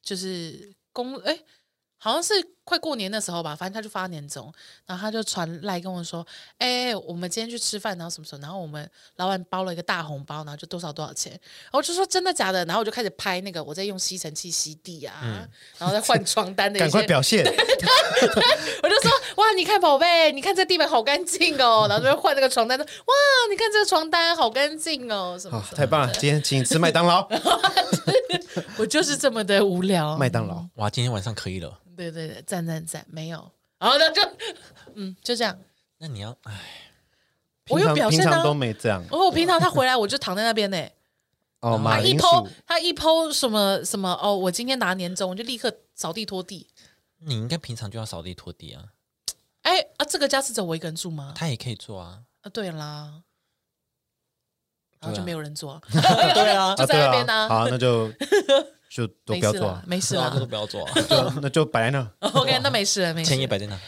B: 就是公哎、好像是快过年的时候吧，反正她就发年终，然后她就传来跟我说，哎、我们今天去吃饭，然后什么什么，然后我们老板包了一个大红包，然后就多少多少钱，然后我就说真的假的，然后我就开始拍那个我在用吸尘器吸地啊，然后再换 <laughs> 床单的一
C: 嗯赶快
B: 些
C: 表现，
B: 我就说哇，你看宝贝，你看这地板好干净哦，然后就换那个床单，说哇，你看这个床单好干净哦，什
C: 好
B: 么，什么，
C: 啊太棒了！今天请你吃麦
B: <laughs>
C: 当劳，
B: 我就是这么的无聊。
C: 麦当劳，
A: 哇，今天晚上可以了，
B: 对对对，赞赞赞，没有，然后呢就嗯就这样。
A: 那你要哎，
B: 我有
C: 平常
B: 表
C: 平
B: 现啊
C: 常都没这样
B: 然后我平常他回来我就躺在那边呢，
C: 哦。马
B: 啊他一
C: 铃
B: 剖
C: 薯，
B: 他一剖什么什么哦，我今天拿年终，我就立刻扫地拖地。
A: 你应该平常就要扫地拖地啊，
B: 哎啊，这个家是只有我一个人住吗？
A: 他也可以做
B: <laughs>
A: 啊， <laughs>
B: 啊，对啦，然后
A: 对
B: 就
A: 啊
B: 没有人做啊，
A: 对啊
B: 就在
C: 啊，对
B: 那边
C: 啊，好，
B: <laughs>
C: 那就就 <laughs> 都不
B: 没
C: 要
B: 事
C: 做
B: 啦
C: 啊，，
B: 没事
A: 对
C: <laughs>
A: 啊，这
B: 啦
A: 都。不要做啊，
C: 就那就摆在那。
B: <laughs> OK，那没事了，没事
A: 钱
B: 了
A: 也。摆在那。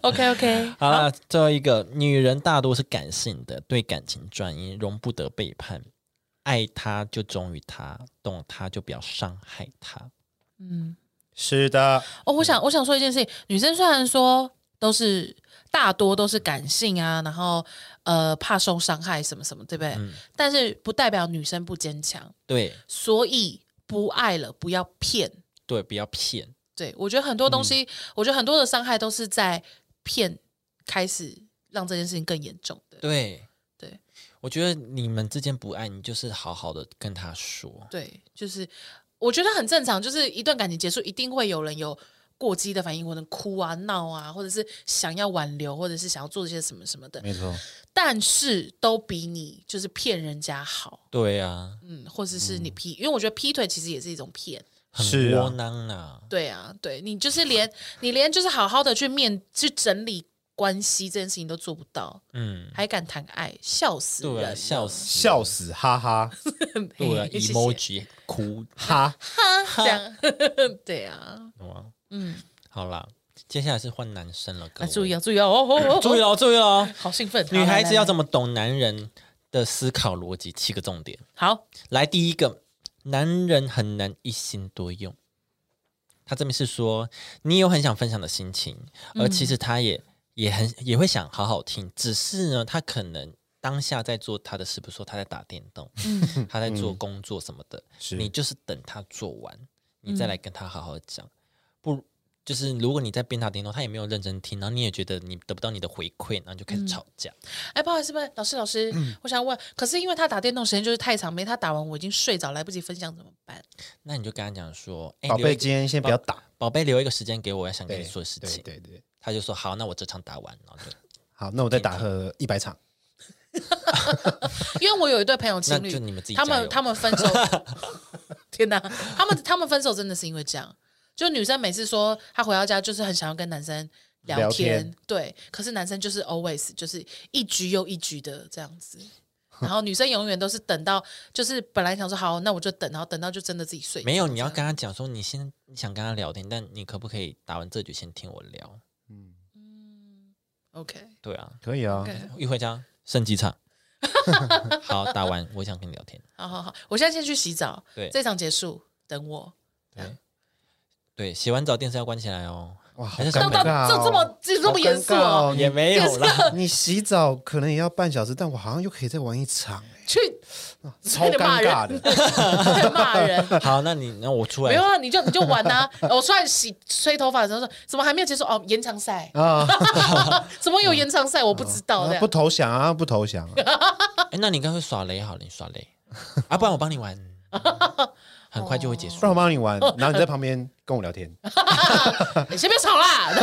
B: OK <laughs> OK，
A: 好了，最后一个，女人大多是感性的，对感情专一，容不得背叛。爱他就忠于他，懂他就不要伤害他。
C: 是的，
B: 嗯哦，我想我想说一件事情，女生虽然说都是大多都是感性啊，然后呃怕受伤害什么什么，对不对？但是不代表女生不坚强，
A: 对
B: 所以不爱了不要骗。
A: 对，不要骗。
B: 对我觉得很多东西，我觉得很多的伤害都是在骗开始让这件事情更严重的。
A: 对
B: 对，
A: 我觉得你们之间不爱，你就是好好的跟他说。
B: 对，就是我觉得很正常，就是一段感情结束，一定会有人有过激的反应，可能哭啊、闹啊，或者是想要挽留，或者是想要做一些什么什么的，
C: 没错，
B: 但是都比你就是骗人家好，
A: 对啊，
B: 嗯，或者是你劈，因为我觉得劈腿其实也是一种骗。
A: 很
C: 是啊
A: 窝囊啊。
B: 对啊，对你就是连你连就是好好的去面去整理关系这件事情都做不到，
A: 嗯，
B: 还敢谈爱，笑死人
A: 对
B: 了、
A: 啊，笑死，
C: 笑死，
A: <laughs>
C: 哈哈
B: 嘿，
A: 对啊
B: 谢谢
A: ，emoji 哭，
C: 哈，
B: 这样，对啊，
A: 懂吗？
B: 嗯，
A: 好啦，接下来是换男生了，各
B: 啊
A: 位
B: 注意哦，注意哦，哦哦哦，
A: 注意
B: 哦，
A: 哦，注意哦，
B: 好兴奋，
A: 女孩子要怎
B: 么
A: 么懂男人的思考逻辑？七个重点。
B: 好？
A: 来，第一个，男人很难一心多用。他这边是说，你有很想分享的心情，而其实他也、也很也会想好好听，只是呢，他可能当下在做他的事，比如说他在打电动，他在做工作什么的，
C: 嗯是
A: 你就是等他做完，你再来跟他好好讲，不。就是如果你在边打电动，他也没有认真听，然后你也觉得你得不到你的回馈，然后就开始吵架。
B: 哎，不好意思，不好意思，老师，老师，
A: 嗯
B: 我想问，可是因为他打电动时间就是太长，没他打完我已经睡着，来不及分享怎么
A: <laughs>
B: 办？
A: 那你就跟他讲说：“哎、
C: 宝
A: 留
C: 贝，
A: 一个
C: 今天先不要打，
A: 宝贝，留一个时间给我，我要想跟
C: 对，
A: 你说的事情。
C: 对对对，
A: 他就说好，那我这场打完，然后就
C: 好，那我再打个一百场，
B: 因为我有一对朋友情
A: 那
B: 侣
A: 就你们自己
B: 他
A: 加
B: 们
A: 油
B: 他
A: <laughs>
B: 们分手，天哪，他们他们分手真的是因为这样，就女生每次说她回到家就是很想要跟男生聊
C: 聊天
B: 对，可是男生就是 always 就是一局又一局的这样子，然后女生永远都是等到就是本来想说好，那我就等，然后等到就真的自己睡着，
A: 没有。你要跟他讲说，你先你想跟他聊天，但你可不可以打完这局先听我聊？
C: 嗯，
B: OK，
A: 对啊，
C: 可以啊，
B: OK
A: 一回家升几场， <laughs> 好打完，我想跟你聊天。
B: 好好好，我现在先去洗澡，
A: 对
B: 这场结束等我，
A: 对对，洗完澡电视要关起来哦，
C: 哇，好
A: 还是
C: 尴
B: 到到
C: 尬
B: 这
C: 哦
B: 这么这这么严肃
C: 好尴尬
B: 哦，
C: 哦，
A: 也没有啦。
C: 你洗澡可能也要半小时，但我好像又可以再玩一场，
A: <laughs>
C: 哎
B: 去
C: 超尴尬
B: <laughs>
C: 的，
B: 骂人。
A: 好，那你那我出
B: 没有
A: 来，
B: 啊，你就你就玩啊！我出来洗吹头发的时候说，怎么还没有结束？哦，延长赛，
C: 啊，
B: 怎么有延长赛？我不知道的
C: 不。投降啊，不投降
A: <laughs>
C: 啊，
A: 哎，那你干脆耍雷好了，你耍雷啊，不然我帮你玩，
C: <laughs>
A: 很快就会结束
C: 不。然我帮你玩，然后你在旁边跟我
A: <laughs>
C: 聊天，
B: 你哎先别吵啦，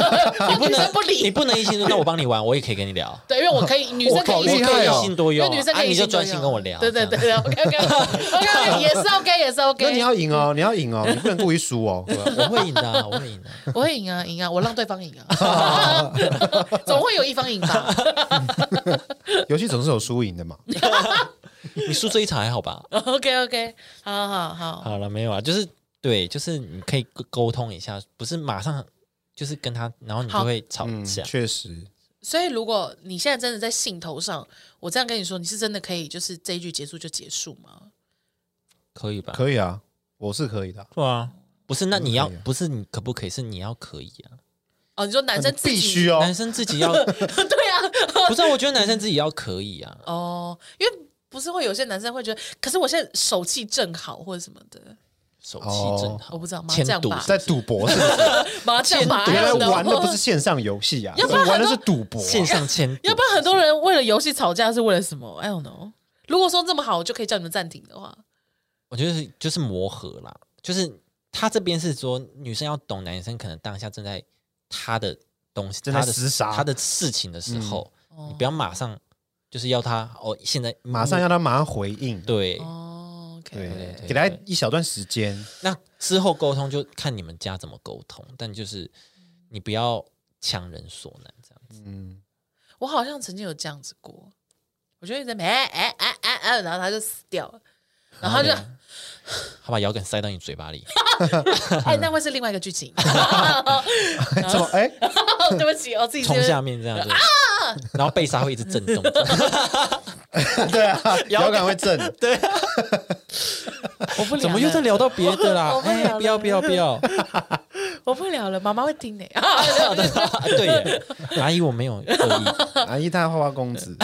A: 你不
B: 女
A: 能
B: 生不
A: 你
B: 理。
A: 不能一心多，那我帮你玩，我也可以跟你聊。
B: 对，因为我可以，女生可
C: 好
B: 以一
C: 厉
B: 起
C: 害
B: 可以
A: 一
C: 哦
A: 心多
B: 因为
A: 用，
B: 女生
A: 啊，
B: 可以一
A: 你
B: 起
A: 就
B: 多
A: 专心
B: 用
A: 跟我聊。
B: 对对
A: 这
B: 对
A: 样，
B: 对，OK OK OK，也是 OK，也是
C: 那
B: OK。
C: 你要赢哦，你要赢哦，你不能故意输哦， <laughs>
A: 我会赢的啊，我会赢的。
B: 我会赢啊，赢啊，我让对方赢啊， <laughs> 总会有一方赢吧？
C: 游戏总是有输赢的嘛，
A: 你输这一场还好吧？
B: <laughs> OK OK，好好好，
A: 好了，没有啊，就是对，就是你可以沟沟通一下，不是马上就是跟他，然后你就
B: 好
A: 会吵
C: 嗯，
A: 架。
C: 确实，
B: 所以，如果你现在真的在兴头上，我这样跟你说，你是真的可以就是这一句结束就结束吗？
A: 可以吧？
C: 可以啊，我是可以的啊，
A: 以啊。不是，那你要
C: 可以啊
A: 不是你可不可以？是你要可以啊，
B: 哦，你说男生
C: 你
B: 自己
C: 必须哦，
A: 男生自己要 <laughs>
B: <laughs> 对啊，
A: 不是啊？我觉得男生自己要可以啊。
B: 哦，因为不是会有些男生会觉得，可是我现在手气正好或者什么的，
A: 手气正好，
B: 我不知道麻
A: 欠
B: 将
A: 赌
B: 吧
C: 在赌博是不是？
B: 麻将麻
C: 原来
B: 将
C: 玩的不是线上游戏啊，
B: 哎要不然
C: 玩的是赌博啊，
A: 线上签赌
B: <laughs> 要不然很多人为了游戏吵架是为了什么？I don't know。如果说这么好，我就可以叫你们暂停的话，
A: 我觉得是就是磨合啦，就是他这边是说女生要懂男生可能当下正在他的东西，
C: 正在
A: 他的
C: 厮杀嗯
A: 他的事情的时候，
B: 哦
A: 你不要马上就是要他哦，现在嗯
C: 马上要他马上回应，
A: 对，
B: 哦
C: 对
B: ，OK，，
A: 对
C: 给他一小段时间，
A: 那之后沟通就看你们家怎么沟通，但就是你不要强人所难这样子。
C: 嗯，
B: 我好像曾经有这样子过，我觉得在那边哎哎哎哎哎，然后他就死掉了，然后他就
A: 然后他把摇杆塞到你嘴巴
B: <laughs>
A: 里，
B: 哎，那会是另外一个
A: <laughs>
B: 剧情，
C: <laughs> 怎么哎，
B: 对不起，我自己这
A: 冲
B: 边
A: 下面这样
B: 啊
A: 子， <laughs> 然后被杀会一直震动。
C: 对啊，
A: 摇杆
C: <laughs> 摇杆会震，
B: <laughs> 我不聊
A: 怎么又
B: 了
A: 在
B: <laughs>
A: 聊到别的啦
B: 我？不
A: 哎
B: 聊，
A: 不要
B: 了
A: 不要不要！ <laughs>
B: 我不聊了，妈妈会听的、 <laughs>
A: 对耶，阿姨我没有恶意。
C: 阿姨她花花公子，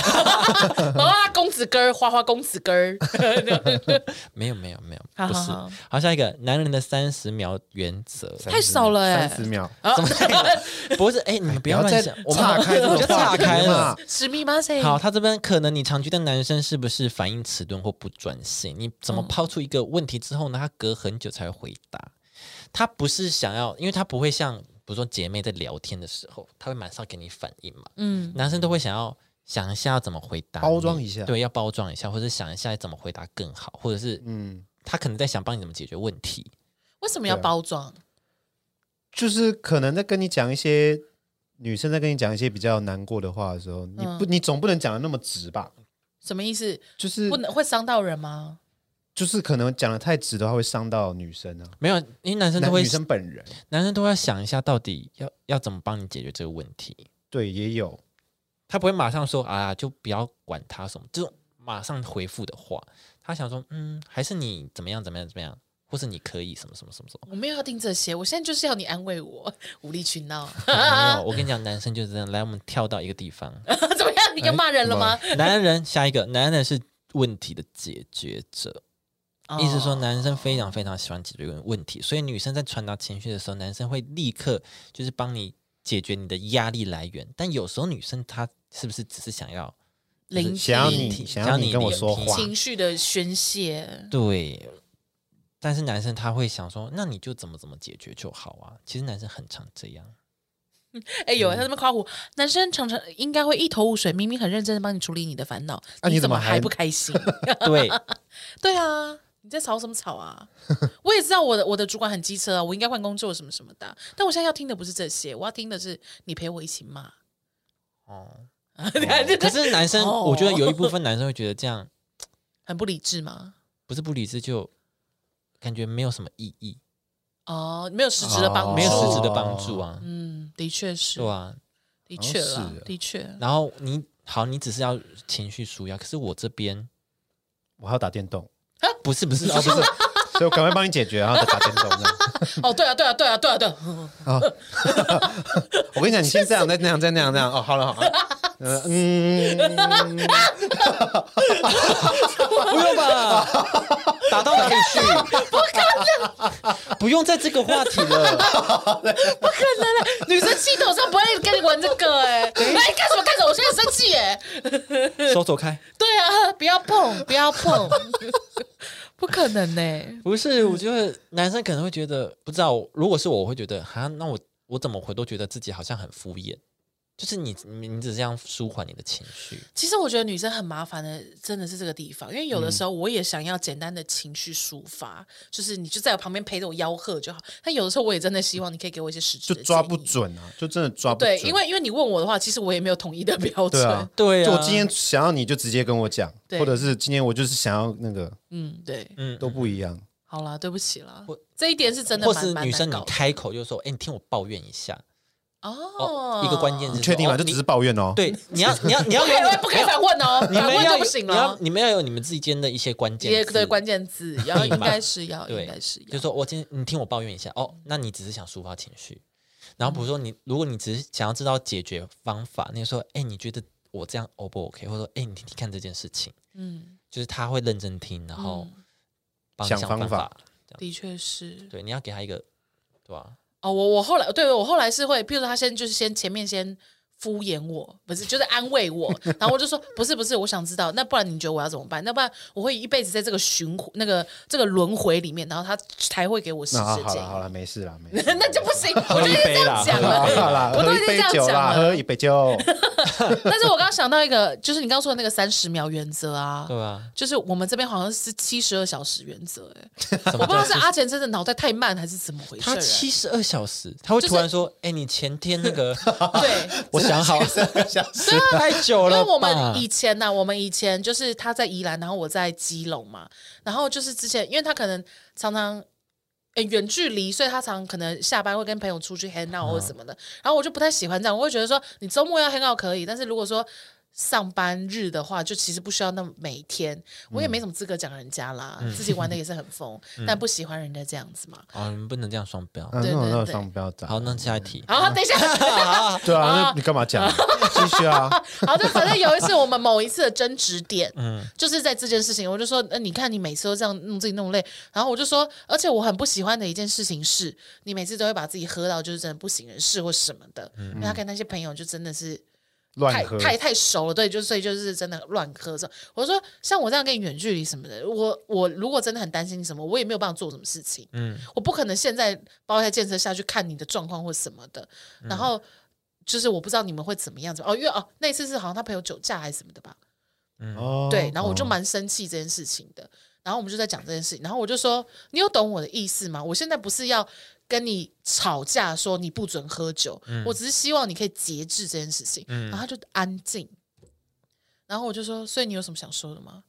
B: 妈妈公子哥儿，花花公子
A: <laughs>
B: 哥儿，
A: 没有没有没有，
B: 好
A: 不
B: 好
A: 是
B: 好。
A: 好，下一个男人的三十秒原则，
B: 太少了哎、
C: 三十秒，
A: 怎么不是？哎，你们不
C: 不
A: 要
C: 要
A: 乱
C: 再
A: 想，我们
C: 岔开这
A: 我
C: 个
A: 就岔
C: 话题
A: 开了
C: 嘛。。
B: 史密马塞，
A: 好，他这边可能你常觉得男生是不是反应迟钝或不专心？你怎么抛出一个问题之后呢？他隔很久才会回答，他不是想要，因为他不会像比如说姐妹在聊天的时候，她会马上给你反应嘛，
B: 嗯，
A: 男生都会想要想一下要怎么回答你，
C: 包装一下
A: 对，要包装一下，或者想一下怎么回答更好，或者是
C: 嗯，
A: 他可能在想帮你怎么解决问题，
B: 为什么要
C: 对啊
B: 包装？
C: 就是可能在跟你讲一些女生在跟你讲一些比较难过的话的时候，你不，你总不能讲的那么直吧？
B: 什么意思？
C: 就是
B: 不能会伤到人吗？
C: 就是可能讲的太直的话，会伤到女生啊，
A: 没有，因为男生都
C: 男
A: 会
C: 女生本人
A: 男生都要想一下到底要要怎么帮你解决这个问题，
C: 对也有，
A: 他不会马上说啊，就不要管他什么这种马上回复的话，他想说嗯，还是你怎么样怎么样怎么样，或是你可以什么什么什么什 <laughs> 么。
B: 我没有要听这些，我现在就是要你安慰我，无理取闹。 <laughs>
A: 没有，我跟你讲，男生就是这样。来，我们跳到一个地方，
B: 怎么样？你
A: 哎
B: 要骂人了吗？
A: 男人下一个，男人是问题的解决者。
B: 哦
A: 意思说，男生非常非常喜欢解决问题，所以女生在传达情绪的时候，男生会立刻就是帮你解决你的压力来源。但有时候女生她是不是只是想要就
B: 聆
A: 是
C: 想要
B: 听
C: 你
A: 听
C: 想要你跟我
A: 聆
C: 说
A: 听
C: 话
B: 情绪的宣泄，
A: 对，但是男生他会想说，那你就怎么怎么解决就好啊。其实男生很常这
C: <laughs>
A: 样，
B: 哎呦，他这么夸我，男生常常应该会一头雾水，明明很认真的帮你处理你的烦恼，
C: 啊
B: 你
C: 你
B: 怎
C: 怎么
B: 么还
C: 还
B: 不开心？
A: 对，
B: 对啊，你在吵什么吵啊？我也知道我的我的主管很机车啊，我应该换工作什么什么的啊，但我现在要听的不是这些，我要听的是你陪我一起骂。
A: 哦。
B: 你看这
A: 可是男生，
B: 哦
A: 我觉得有一部分男生会觉得这样
B: <laughs> 很不理智吗？
A: 不是不理智，就感觉没有什么意义，
B: 哦，没有实质的帮助，
C: 哦
A: 没有实质的帮助啊，
B: 嗯，的确是，
A: 对啊。
B: 的确
C: 好
B: 啦
C: 像是，
B: 的确，
A: 然后你好，你只是要情绪舒压，可是我这
C: <laughs>
A: 边
C: 我还要打电动，
A: 不是不是
C: 啊
A: 哦
C: 不是，所以我赶快帮你解决，然后再打电动这样。
B: 哦，对啊，对啊，对啊，对啊，对啊， <laughs>
C: 我跟你讲，你先这样，再那样，再那样，那样。哦，好了好了，呃
B: <laughs>
C: 嗯，
A: 不用吧，打到哪里去？不可能，不用在这个话题
C: <laughs>
A: 了。
B: 啊女生气头上不会跟你玩这个哎、欸，哎干什么干什么？我现在生气哎、
A: 手走开。
B: 对啊，不要碰，不要 <laughs> 碰，不可能呢、
A: 不是，我觉得男生可能会觉得，不知道，如果是我，我会觉得，哈，那我我怎么回都觉得自己好像很敷衍。就是你，你你只是这样舒缓你的情绪，
B: 其实我觉得女生很麻烦的，真的是这个地方，因为有的时候我也想要简单的情绪抒发，就是你就在我旁边陪着我吆喝就好。但有的时候我也真的希望你可以给我一些实质
C: 就
B: 的
C: 抓
B: 建
C: 不
B: 议。
C: 准啊，就真的抓不准。
B: 对，因为因为你问我的话，其实我也没有统一的标准。
C: 对啊，
A: 对啊
C: 就我今天想要你就直接跟我讲，
B: 对
C: 或者是今天我就是想要那个，
B: 嗯，对，
A: 嗯，
C: 都不一样。
B: 好啦，对不起啦
A: 或，
B: 这一点是真的
A: 或
B: 蛮
A: 是
B: 蛮
A: 女生
B: 难
A: 你
B: 搞的
A: 开口就说，哎、你听我抱怨一下，
B: 哦
A: 哦，一个关键字
C: 嗯你确定
A: 哦
C: 吗？就只是抱怨哦。
A: 对，你要你要你
B: 不
C: <laughs>
A: 要
B: 可以
A: 有，
B: 哎不可以反问哦，
A: 你
B: 反
A: 们
B: 问
A: 要
B: 就
A: 有
B: 不行
A: 你要
B: 了。
A: 你们要有你们之间的一些关键
B: 也
A: 字，
B: 对关键字，然后
A: 密码
B: 应该是
A: <laughs>
B: 要，
A: 对
B: 应该是
A: 就
B: 要。
A: 说我今天你听我抱怨一下哦，那你只是想抒发情绪，然后比如说你，如果你只是想要知道解决方法，你就说，哎、你觉得我这样 O 不 OK？或者说，哎、你听听看这件事情，
B: 嗯，
A: 就是他会认真听，然后帮你
C: 想
A: 想
C: 方
A: 办
C: 法
B: 的确是。
A: 对，你要给他一个，对吧？
B: 哦，我我后来对我后来是会，譬如说他先就是先前面先敷衍我，不是就是安慰我，然后我就说不是不是，我想知道，那不然你觉得我要怎么办？那不然我会一辈子在这个循那个这个轮回里面，然后他才会给我实
C: 那啊好
B: 质
C: 好
B: 建
C: 了好
B: 议。
C: 了，没事啦，没事。
B: <laughs> 那就不行，我就一直这
A: 杯
B: 样
A: 啦
B: 讲
A: 喝一
B: 了
A: 杯。
C: 好啦，
B: 我都
C: 喝
B: 已
C: 一
B: 经
C: 杯
B: 这样
C: 酒啦，
B: 讲了
C: 喝一杯酒。
B: <laughs> 但是我刚刚想到一个，就是你刚刚说的那个三十秒原则啊
A: 对，吧？
B: 就是我们这边好像是七十二小时原则、欸，
A: 什
B: 我
A: 么
B: 不知道是
A: 叫
B: 阿钱真的脑袋太慢还是怎么回事、
A: 他
B: 欸。
A: 七十二小时，他会
B: 就是
A: 突然说，哎、你前天那个， <laughs>
B: 对，
A: 我想
C: <laughs>
A: 好太久
B: 因为
A: 了吧，
B: 我们以前呢、我们以前就是他在宜兰，然后我在基隆嘛，然后就是之前，因为他可能常常。诶远距离，所以他常可能下班会跟朋友出去 hang
A: 嗯
B: out 或什么的，然后我就不太喜欢这样，我会觉得说你周末要 hang out 可以，但是如果说上班日的话，就其实不需要那么每天，我
A: 嗯
B: 也没什么资格讲人家啦，自
A: <laughs>
B: 己玩的也是很疯，但不喜欢人家这样子嘛。
A: 啊，你们不能这样双标。
C: 嗯，
B: 对
C: 那我
B: 对
C: 那我
B: 对
C: 上不要打。
A: 好，那下一题，
B: 好，等一下，
C: 对啊，那你干
B: <laughs>
C: 嘛讲？继续啊。
B: 好，就反正有一次我们某一次的争执点，嗯，就是在这件事情，我就说，呃，你看你每次都这样弄自己弄累，然后我就说，而且我很不喜欢的一件事情是，你每次都会把自己喝到就是真的不省人事或什么的，因为他跟那些朋友就真的是
C: 乱
B: 太
C: 喝，
B: 太太熟了，对，就所以就是真的乱喝。这我说像我这样跟你远距离什么的，我我如果真的很担心什么，我也没有办法做什么事情。
A: 嗯，
B: 我不可能现在包一台建设下去看你的状况或什么的，
C: 嗯
B: 然后就是我不知道你们会怎么样怎么哦，因为哦那一次是好像他朋友酒驾还是什么的吧，
C: 哦，
B: 对，然后我就蛮生气这件事情的，然后我们就在讲这件事情，然后我就说你有懂我的意思吗？我现在不是要跟你吵架说你不准喝酒，
C: 嗯
B: 我只是希望你可以节制这件事情，然后他就安静，然后我就说所以你有什么想说的吗？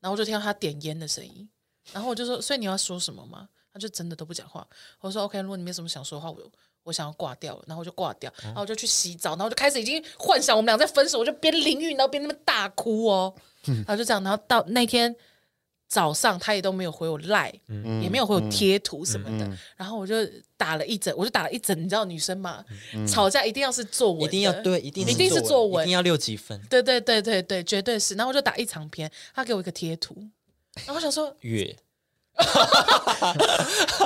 B: 然后我就听到他点烟的声音，然后我就说所以你要说什么吗？他就真的都不讲话，我说 OK，如果你没有什么想说的话，我我想要挂掉了，然后我就挂掉，然
A: 嗯
B: 后我就去洗澡，然后我就开始已经幻想我们俩在分手，我就边淋浴然后边那边大哭哦，
A: 嗯
B: 然后就这样，然后到那天早上他也都没有回我赖，
C: 嗯
B: 也没有回我贴图什么的，
C: 嗯嗯
B: 然后我就打了一整，我就打了一整，你知道女生嘛，吵架一定要是作文，
A: 一定要。对，一定
B: 一定是作文
A: 一定要六几分
B: 对对对对对，绝对是。然后我就打一长篇，他给我一个贴图，然后我想说，
A: 月，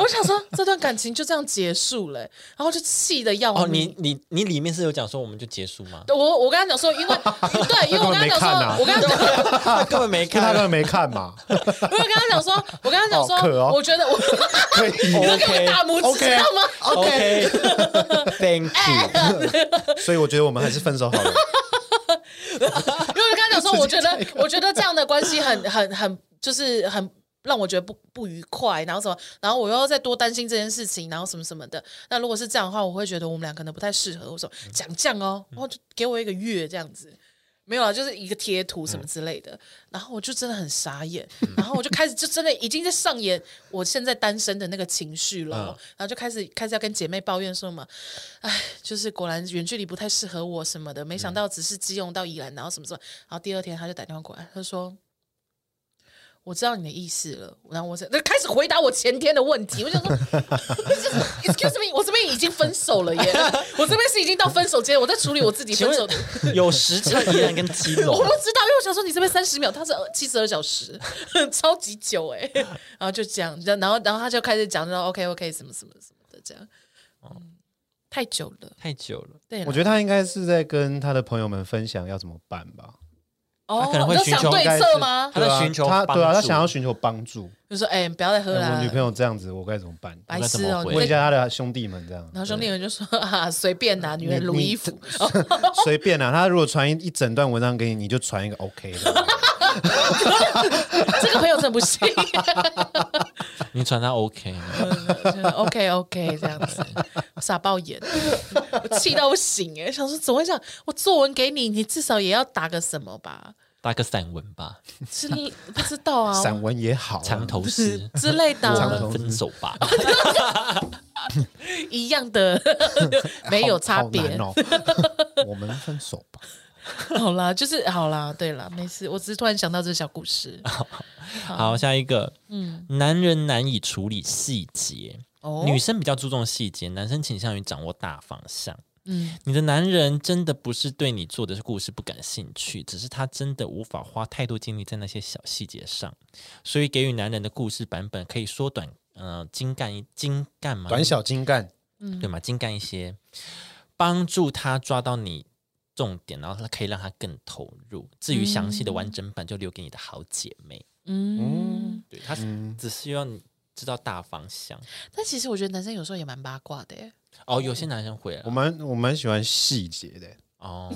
B: 我想说这段感情就这样结束了、欸然后就气的要
A: 哦，
B: 命
A: 你你你里面是有讲说我们就结束吗？
B: 我我跟他讲说，因
C: <laughs>
B: 为对，因为我跟他讲
C: 他根本没看
A: 他根本没
B: 说，我跟他讲，
C: 啊因为
A: 看 <laughs>
B: <laughs>
C: 他根本没看嘛
B: 我跟他讲说，我跟他讲
C: 好渴
B: 说，
C: 哦
B: 我觉
C: <laughs>
B: 得我，
C: 可以
B: 你要给我
A: OK，
B: 大拇指，
C: OK
B: 知道吗？ <laughs>
A: ，OK，Thank you。
B: 哎
C: 所以我觉得我们还是分手好了。
B: 因为我就跟他讲
C: <laughs>
B: 说，我觉得我觉得这样的关系很很很就是很让我觉得不不愉快，然后什么，然后我又要再多担心这件事情，然后什么什么的。那如果是这样的话，我会觉得我们俩可能不太适合。我说讲这样哦，然后就给我一个月这样子。没有啊，就是一个贴图什么之类的，然后我就真的很傻眼，然后我就开始就真的已经在上演我现在单身的那个情绪了，然后就开始开始要跟姐妹抱怨说嘛，哎，就是果然远距离不太适合我什么的，没想到只是基用到宜兰，然后什么什么，然后第二天他就打电话过来，他说。我知道你的意思了，然后我是那开始回答我前天的问题，我想说 <laughs> 就是，excuse me，我这边已经分手了耶，我这边是已经到分手阶段，我在处理我自己
A: 请
B: 分手
A: 问
B: 的。 <laughs>
A: 有时差依然跟基隆
B: 我不知道，因为我想说你这边三十秒，他是七十二小时， <laughs> 超级久哎、然后就这样，然后然后他就开始讲说 OK OK 什么什么什么的这样，嗯太久了，
A: 太久了，
B: 对啦，
C: 我觉得他应该是在跟他的朋友们分享要怎么办吧。
B: 哦，
A: 他可能会
B: 你
A: 寻求
B: 说想对策吗？
A: 他在寻求
C: 对啊他对啊，他
A: 帮助
C: 想要寻求帮助。
B: 就说哎、你不要再喝
C: 哎
B: 啦，
C: 我女朋友这样子，我该怎么办？
B: 白痴
A: 我该怎么
B: 哦、
A: 回
B: 你
C: 问一
B: 在
C: 下他的兄弟们，这样
B: 然后兄弟们就说 <laughs> 啊，随便拿、女人
C: 你
B: 撸
C: 你
B: 衣服，
C: 随便啊。他如果传一一整段文章给你，你就传一个 OK 的。
B: <laughs> 这个朋友真不行。 <laughs>
A: 你传他 OK 吗
B: OK OK 这样子，傻爆眼，我气到不行哎、想说怎么会这样？我作文给你，你至少也要打个什么吧？
A: 打个散文吧，
C: 啊
B: 是不知道啊，
C: 散文也好啊，
A: 长头
B: 是。
A: 诗
B: 之类的
A: 我
C: 长 <laughs>
B: 啊、
C: 头
A: 们分手
B: <laughs>
A: 吧，
B: 一样
C: <laughs>
B: 的，没有差别
C: 好。难
B: <laughs>
C: 哦。我们分手吧。
B: 好啦，就是好啦，对啦，没事。我只是突然想到这个小故
C: <laughs>
B: 事。
A: 好，下一个，嗯，男人难以处理细节，
B: 哦，
A: 女生比较注重细节，男生倾向于掌握大方向。
B: 嗯
A: 你的男人真的不是对你做的故事不感兴趣，只是他真的无法花太多精力在那些小细节上，所以给予男人的故事版本可以缩短，呃，精干一精干嘛？
C: 短小精干，
A: 对嘛，精干一些，帮助他抓到你重点，然后他可以让他更投入。至于详细的完整版，就留给你的好姐妹。
B: 嗯
C: 嗯，
A: 对，他
C: 嗯，
A: 只需要你知道大方向。
B: 但其实我觉得男生有时候也蛮八卦的耶。
A: 哦，有些男生会啊
C: 我蛮我蛮喜欢细节的，
A: 哦，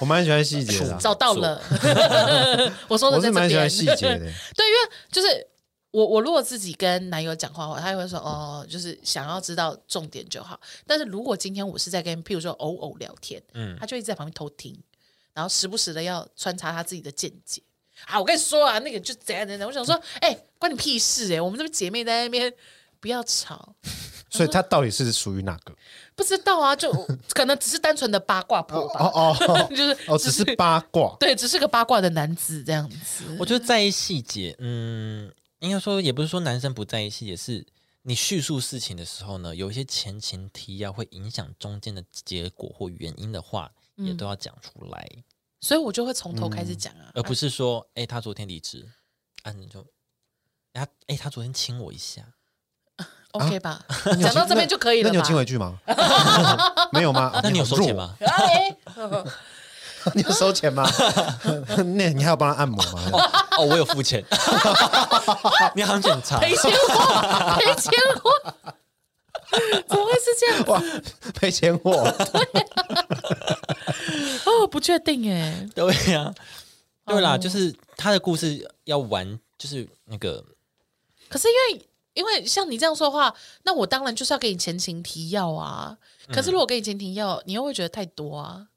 C: 我蛮喜欢细节
B: <laughs>
C: 的啊。
B: 找到了， <laughs> 我说的
C: 我
B: 在这
C: 是蛮喜
B: 边
C: 欢。细节
B: 对，
C: 的，
B: 因为就是我我如果自己跟男友讲话的话，他也会说哦，就是想要知道重点就好。但是如果今天我是在跟譬如说偶偶聊天，
A: 嗯
B: 他就一直在旁边偷听，然后时不时的要穿插他自己的见解。啊，我跟你说啊，那个就怎样怎样，我想说，哎、关你屁事哎、我们这边姐妹在那边不要吵，
C: 所以他到底是属于哪个？
B: 不知道啊，就
C: <laughs>
B: 可能只是单纯的八卦婆吧，
C: 哦哦
B: <laughs> 就是
C: 哦，只是八卦。
B: 对，只是个八卦的男子这样子。
A: 我觉得在意细节，嗯，应该说也不是说男生不在意细节，是你叙述事情的时候呢，有一些前情提要会影响中间的结果或原因的话，也都要讲出来，
B: 所以我就会从头
C: 嗯
B: 开始讲啊，
C: 呃
A: 而不是说，哎、他昨天离职，啊，你就，哎他哎、他昨天亲我一下，
B: OK
C: <laughs>
B: 吧？讲到这边就可以
C: 那
B: 了
C: 你有
B: 吧
C: 亲？回去吗？ <laughs> 没有吗？
A: <laughs> 那你有收钱
C: 弱
A: 吗？
B: 哎，
C: <laughs> 你有收
A: <laughs>
C: 钱吗？那你还要帮他按摩吗？ <laughs>
A: 哦，我有付钱，你好像检查，
B: <laughs> 赔钱货，赔钱货，怎么会是这样？
C: 哇，赔
B: <laughs>
C: 钱货！
B: 哦，不确定哎，
A: 对呀、对啦，
B: 哦
A: 就是他的故事要玩，就是那个
B: 可是因为因为像你这样说的话，那我当然就是要给你前情提要啊。可是如果给你前情提要，你又会觉得太多啊。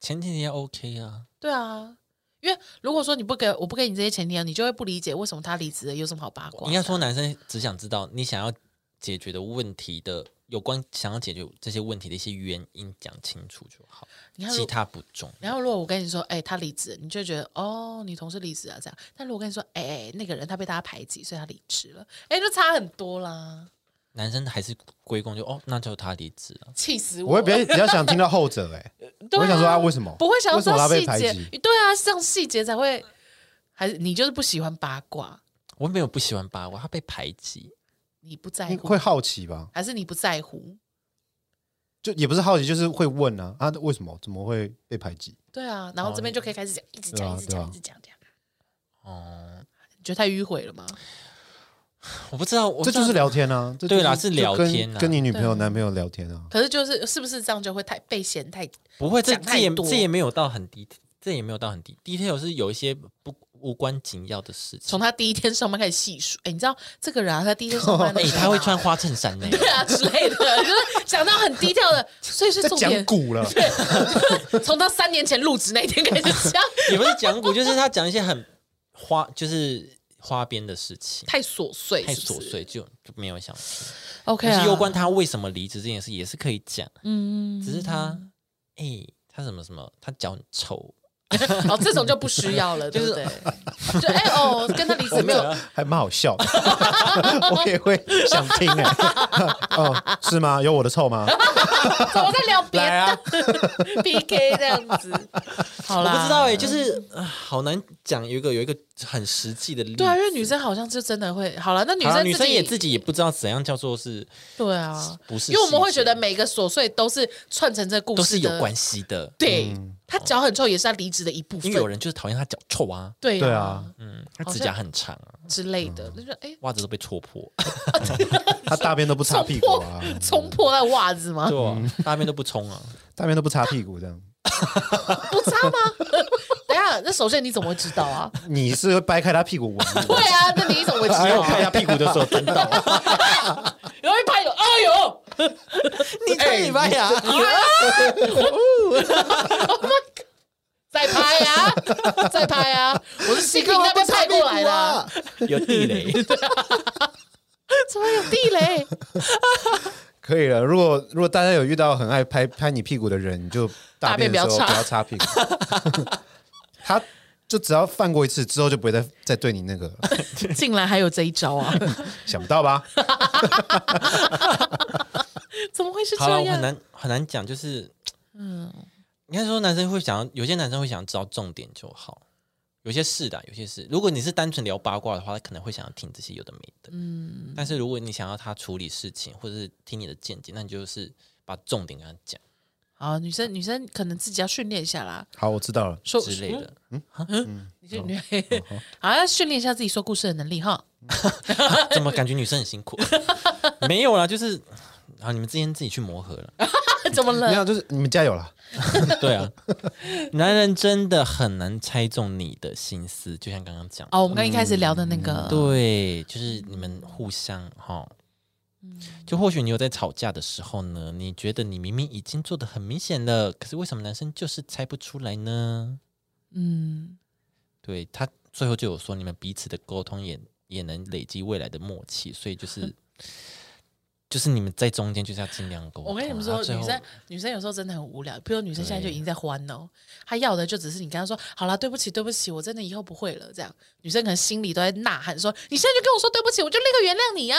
A: 前提要 OK 啊，
B: 对啊，因为如果说你不给我不给你这些前提要，你就会不理解为什么他离职了，有什么好八卦
A: 应？该说男生只想知道你想要解决的问题的有关想要解决这些问题的一些原因讲清楚就好，
B: 你看如
A: 其他不重要。
B: 然后如果我跟你说，哎、他离职了，你就觉得哦，你同事离职啊这样。但如果我跟你说，哎、哎那个人他被大家排挤，所以他离职了，哎、就差很多啦，
A: 男生还是归功就哦，那就他离职了。
B: 气死我！
C: 我会比较比较想听到后者哎，
B: <laughs> 对
C: 我
B: 啊
C: 会想说啊，为什么？
B: 不会想要
C: 为
B: 知
C: 什么
B: 道
C: 他
B: 细
C: 被排
B: 节
C: 挤？，
B: 对啊，这种细节才会，还是你就是不喜欢八卦，
A: 我没有不喜欢八卦，他被排挤，
B: 你不在
C: 你
B: 乎，
C: 会好奇吧？
B: 还是你不在乎？
C: 就也不是好奇，就是会问啊啊，为什么怎么会被排挤？
B: 对啊，然后
A: 哦
B: 这边
A: 你
B: 就可以开始讲，一直
C: 对
B: 讲，
C: 啊
B: 一直
C: 对
B: 讲，
C: 啊
B: 一直讲，这样
A: 哦、
B: 你觉得太迂回了吗？
A: 我不知道，我不
C: 这
A: 知道
C: 就是聊天啊，这就是
A: 对啦是聊天啊
C: 就跟跟你女朋友、
B: 对
C: 男朋友聊天啊。
B: 可是就是是不是这样就会太被嫌太
A: 不会，这
B: 讲
A: 这
B: 太
A: 也
B: 多
A: 这也没有到很低，这也没有到很低，detail 是有一些不无关紧要的事情
B: 从。他第一天上班开始细数，哎，你知道这个人啊，他第一天上班的
A: <laughs> 哎、
B: 时候啊，
A: 他会穿花衬衫呢、
B: <laughs> 对啊之类的，就是讲到很低调的，所以是
C: 在
B: 重
C: 讲
B: 点。
C: 股了，
B: <laughs> 从他三年前入职那一天开始讲， <laughs>
A: 也不是讲古，就是他讲一些很花，就是花边的事情，
B: 太琐碎，
A: 太
B: 是不
A: 琐
B: 是
A: 碎就就没有想听。
B: OK
A: 但
B: 啊，
A: 是攸关他为什么离职这件事也是可以讲，
B: 嗯，
A: 只是他哎、他什么什么，他脚很臭，
B: <laughs> 哦，这种就不需要了，对不对？就哎哦，跟他离职没
A: 啊
B: 有，
C: 还蛮好笑的， <laughs> 我也会想听哎、哦，是吗？有我的臭吗？
B: 怎么在聊别 <laughs>
C: 来啊，
B: 的 PK 这样子？好
A: 我不
B: 啦，
A: 知道哎、就是、啊好难讲有一个有一个很实际的例子。
B: 对啊，因为女生好像就真的会，好了，那女
A: 好啦
B: 生
A: 女生也自
B: 己
A: 己也不知道怎样叫做是
B: 对啊，
A: 不是，
B: 因为我们会觉得每个琐碎都是串成这故事
A: 都是有
B: 的
A: 关，系的，
B: 对，他脚很臭也是他离职的一部
A: 因
B: 分
A: 为，有人就是讨厌他脚臭啊，
B: 对
C: 对
B: 啊
C: 啊
A: 嗯，他指甲很长啊，
B: 之类的，那就哎。
A: 袜子都被戳
B: <laughs>
A: 破，
C: 他大便都不擦
B: 冲
C: 屁股
B: 破
C: 啊，
B: 冲破那袜子吗？
A: 对啊，大便都不冲啊。
C: 大便都不擦屁股这样。
B: 不擦吗？
A: <laughs>
B: 等一下，那首先你怎么会知道啊？
C: 你是会掰开他屁股闻的？
B: 对啊，那你怎么会知
A: 还 <laughs>
B: 道
A: 有
B: 啊？
A: 看一下屁股的时候真
B: <laughs>
A: 的，
B: 然后一拍有，哎呦，
A: 你
C: 欸
A: 看你妈呀！
B: 再拍 <laughs> 呀、啊，再拍呀、啊！我是信你那边拍过来的啊，
A: <laughs> 有地雷，
B: 怎么有地雷？
C: 可以了。如果如果大家有遇到很爱拍拍你屁股的人，你就大便的时候
B: 大便
C: 不
B: 不要
C: 要擦屁股。他就只要犯过一次之后，就不会再再对你那个了，
B: <laughs> 竟然还有这一招啊！
C: 想不到吧？
B: <laughs> 怎么会是
A: 好了，
B: 这
A: 我很
B: 样？
A: 难很难讲，就是嗯，应该说男生会想要，有些男生会想要知道重点就好，有些是的，有些是。如果你是单纯聊八卦的话，他可能会想要听这些有的没的，嗯。但是如果你想要他处理事情，或者是听你的见解，那你就是把重点跟他讲
B: 好，女生女生可能自己要训练一下啦，
C: 好，我知道了。
B: 说
A: 之类，
B: <laughs>
A: 的。
B: 嗯你就女 <laughs> 好要训练一下自己说故事的能力哈。 <laughs>
A: 怎么感觉女生很辛苦？ <laughs> 没有啦，就是啊，你们之间自己去磨合了。
B: 怎么
C: 没
B: 了？
C: 有，就是你们加油啦！
A: 对啊，男人真的很难猜中你的心思，就像刚刚讲的，
B: 哦，我们刚一开始聊的那个，
A: 对，就是你们互相哈。
B: 嗯
A: 就或许你有在吵架的时候呢，你觉得你明明已经做的很明显了，可是为什么男生就是猜不出来呢？
B: 嗯，
A: 对他最后就有说，你们彼此的沟通也也能累积未来的默契，所以就是
B: <laughs>
A: 就是你们在中间就是要尽量沟通啊。
B: 我跟你们说，
A: 最
B: 女
A: 后
B: 生女生有时候真的很无聊。比如女生现在就
A: 对
B: 已经在欢哦，她要的就只是你跟她说：“好啦，对不起，对不起，我真的以后不会了。”这样，女生可能心里都在呐喊说：“你现在就跟我说对不起，我就立刻原谅你啊！”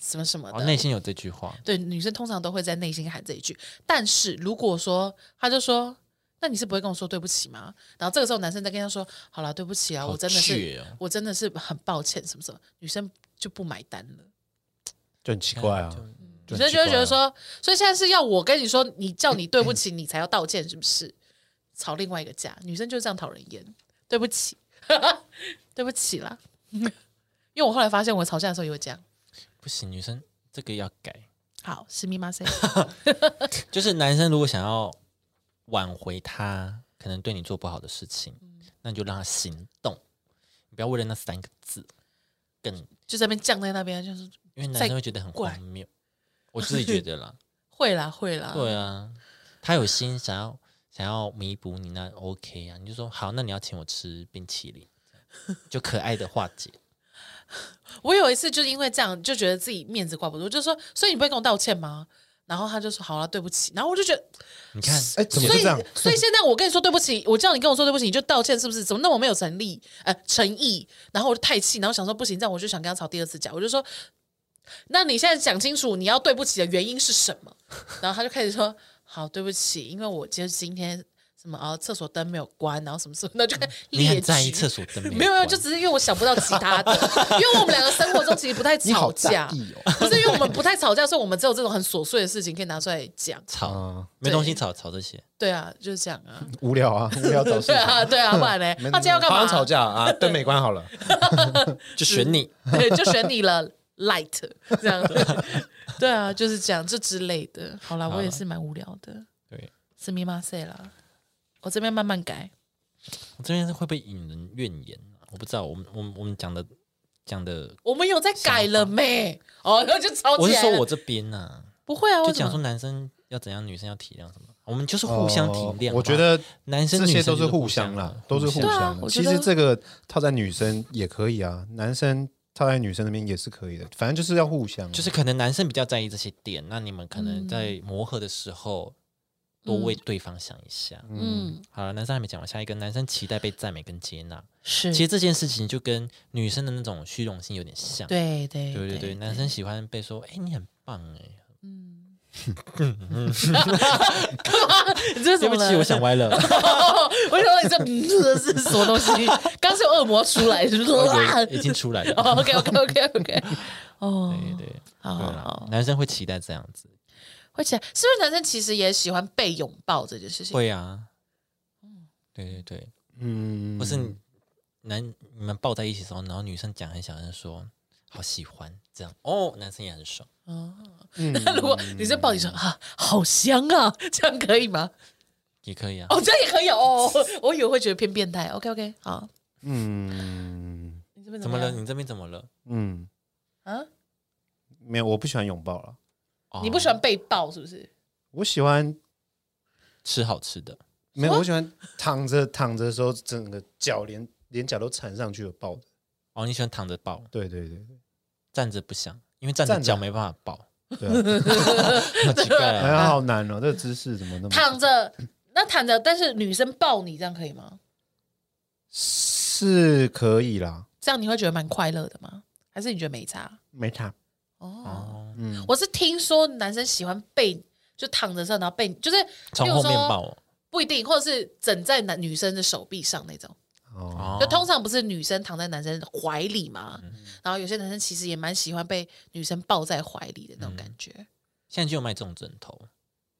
B: 什么什么
A: 哦，
B: 的。
A: 内心有这句
B: <laughs>
A: 话，
B: 对，女生通常都会在内心喊这一句。但是如果说她就说：“那你是不会跟我说对不起吗？”然后这个时候男生再跟她说：“好啦，对不起啊，
A: 好
B: 我真的是
A: 倔哦
B: 我真的是很抱歉，什么什么。”女生就不买单了。
C: 就很奇怪啊
A: 嗯就。
C: 就
B: 女生
C: 很奇
B: 就会
C: 怪
B: 觉得
C: 啊，
B: 说，所以现在是要我跟你说，你叫你对不起，你才要道歉，是不是？吵另外一个架，女生就是这样讨人厌。对不起， <laughs> 对不起啦，因为我后来发现我吵架的时候也会这样。
A: 不行，女生这个要改。
B: 好，是密
C: <laughs>
B: 码谁？
A: 就是男生如果想要挽回他可能对你做不好的事情，那你就让他行动，你不要为了那三个字更，
B: 就在那边犟在那边，就是
A: 因为男
B: 再
A: 生会觉得很
B: 过来
A: 荒谬。我自己觉得
B: <laughs>
A: 啦，
B: 会啦会啦，
A: 对啊，他有心想要想要弥补你，那 OK 啊，你就说好，那你要请我吃冰淇淋，就可爱的化
B: <laughs>
A: 解。
B: 我有一次就是因为这样，就觉得自己面子挂不住，就说，所以你不会跟我道歉吗？然后他就说好了，对不起。然后我就觉得，
A: 你看，
C: 哎，怎么
B: 所
C: 是
B: 以
C: 这样？
B: 所以现在我跟你说对不起，我叫你跟我说对不起，你就道歉是不是？怎么那么没有诚意？呃，诚意。然后我就太气，然后想说不行，这样我就想跟他吵第二次架。我就说，那你现在讲清楚你要对不起的原因是什么？呃然后他就开始说，好，对不起，因为我就是今天什么啊，厕所灯没有关，然后什么什么，那就开始
A: 你
B: 列
A: 很在意
B: 举
A: 厕所灯
B: 没有没有，
A: 关
B: 就只是因为我想不到其他的，因为我们两个生活中其实不太
C: <laughs> 你
B: 吵
C: 好在
B: 架，
C: 意哦。
B: 不是因为我们不太吵架，所以我们只有这种很琐碎的事情可以拿出来讲。
A: 吵
C: 嗯，
A: 没东西吵，吵这些。
B: 对啊，就是这样啊，
C: 无聊啊，无聊找事
B: 对
C: 情。
B: 啊，对 <laughs> 啊，不然嘞，
C: 没
B: 他今天要干
C: 好
B: 嘛？
C: 像吵，架啊，灯没关好
B: <laughs>
C: 了。
A: 就选你，
B: 对，就选你了，light 这 <laughs> 样，对啊，就是这样，这之类的。好啦，我也是蛮无聊的，
A: 对
B: 是密码塞啦，我这边慢慢改。
A: 我这边是会不会引人怨言啊、我不知道，我们我们我们讲的讲的，
B: 我们有在改了没？哦，然后就吵
A: 我是
B: 起来
A: 说
B: 了。
A: 我这边呐、
B: 不会啊，
A: 就
B: 我怎
A: 讲
B: 么
A: 说男生要怎样，女生要体谅什么，我们就是互相体谅、
C: 哦我觉得
A: 男生
C: 这
A: 女
C: 些
A: 生
C: 都
A: 就是互
C: 互
A: 相
C: 相
A: 的
C: 啦，都是互
B: 对啊
C: 相的。
B: 我
C: 其
B: 觉
C: 实
B: 得
C: 这个套在女生也可以啊，男生套在女生那边也是可以的，反正就是要互相啊。
A: 就是可能男生比较在意这些点，那你们可能在
B: 嗯
A: 磨合的时候多为对方想一下。
B: 嗯
A: 好了，男生还没讲完，下一个男生期待被赞美跟接纳，
B: 是
A: 其，实这件事情就跟女生的那种虚荣心有点像。
B: 对对
A: 对对对，男生喜欢被说，哎、你很棒哎、
B: 你 <laughs> 这
A: 对
B: 是怎
A: 不
B: 么了
A: 起，我想歪了。
B: <laughs> 我想说你这嗯这是什么东 <laughs> 西？刚是有恶魔出来，是不是？
A: 我哦已
B: <laughs>
A: 经出来 <laughs> 了。
B: OK OK OK OK，哦，
A: 对对对
B: 好好
A: 啦
B: 好，，
A: 男生会期待这样子，
B: 而且是不是男生其实也喜欢被拥抱这件事情？
A: 会啊，对对对，
C: 嗯，
A: 不是你男你们抱在一起的时候，然后女生讲很小声说好喜欢这样，哦，男生也很爽，
B: 那如果女生抱你说啊，好香啊，这样可以吗？
A: 也可以啊。
B: 哦，这样也可以哦，我以为会觉得偏变态。OK OK，好，
C: 嗯
B: 你这边
A: 怎
B: 么
A: 么了？
B: 样
A: 你这边怎么了？
C: 嗯，
B: 啊？
C: 没有，我不喜欢拥抱了，
A: 哦
B: 你不喜欢被抱是不是？
C: 我喜欢
A: 吃好吃的？
C: 没有，我喜欢躺着躺着的时候，整个脚连连脚都缠上去的抱着。
A: 哦，你喜欢躺着抱，
C: 对对对对
A: 站着不想，因为站着啊
C: 站着
A: 脚没办法 <laughs> 抱，
C: 对
B: <laughs>
C: 啊，
A: 好奇怪
C: 哎
A: 啊！
C: 呀，好难哦，这个姿势怎么
A: 嗯
C: 那么
B: 躺着，那躺着，但是女生抱你这样可以吗？
C: 是可以啦，
B: 这样你会觉得蛮快乐的吗？还是你觉得没差？
C: 没差。
B: 哦，
A: 哦，
C: 嗯，
B: 我是听说男生喜欢被就躺着上，然后被就是
A: 从
B: 例如
A: 后
B: 说
A: 面抱哦
B: 不一定，或者是枕在男女生的手臂上那种。
C: 哦，嗯
A: 哦，
B: 就通常不是女生躺在男生怀里嘛，然后有些男生其实也蛮喜欢被女生抱在怀里的那种感
C: 嗯
B: 觉。
A: 现在就有卖这种枕头，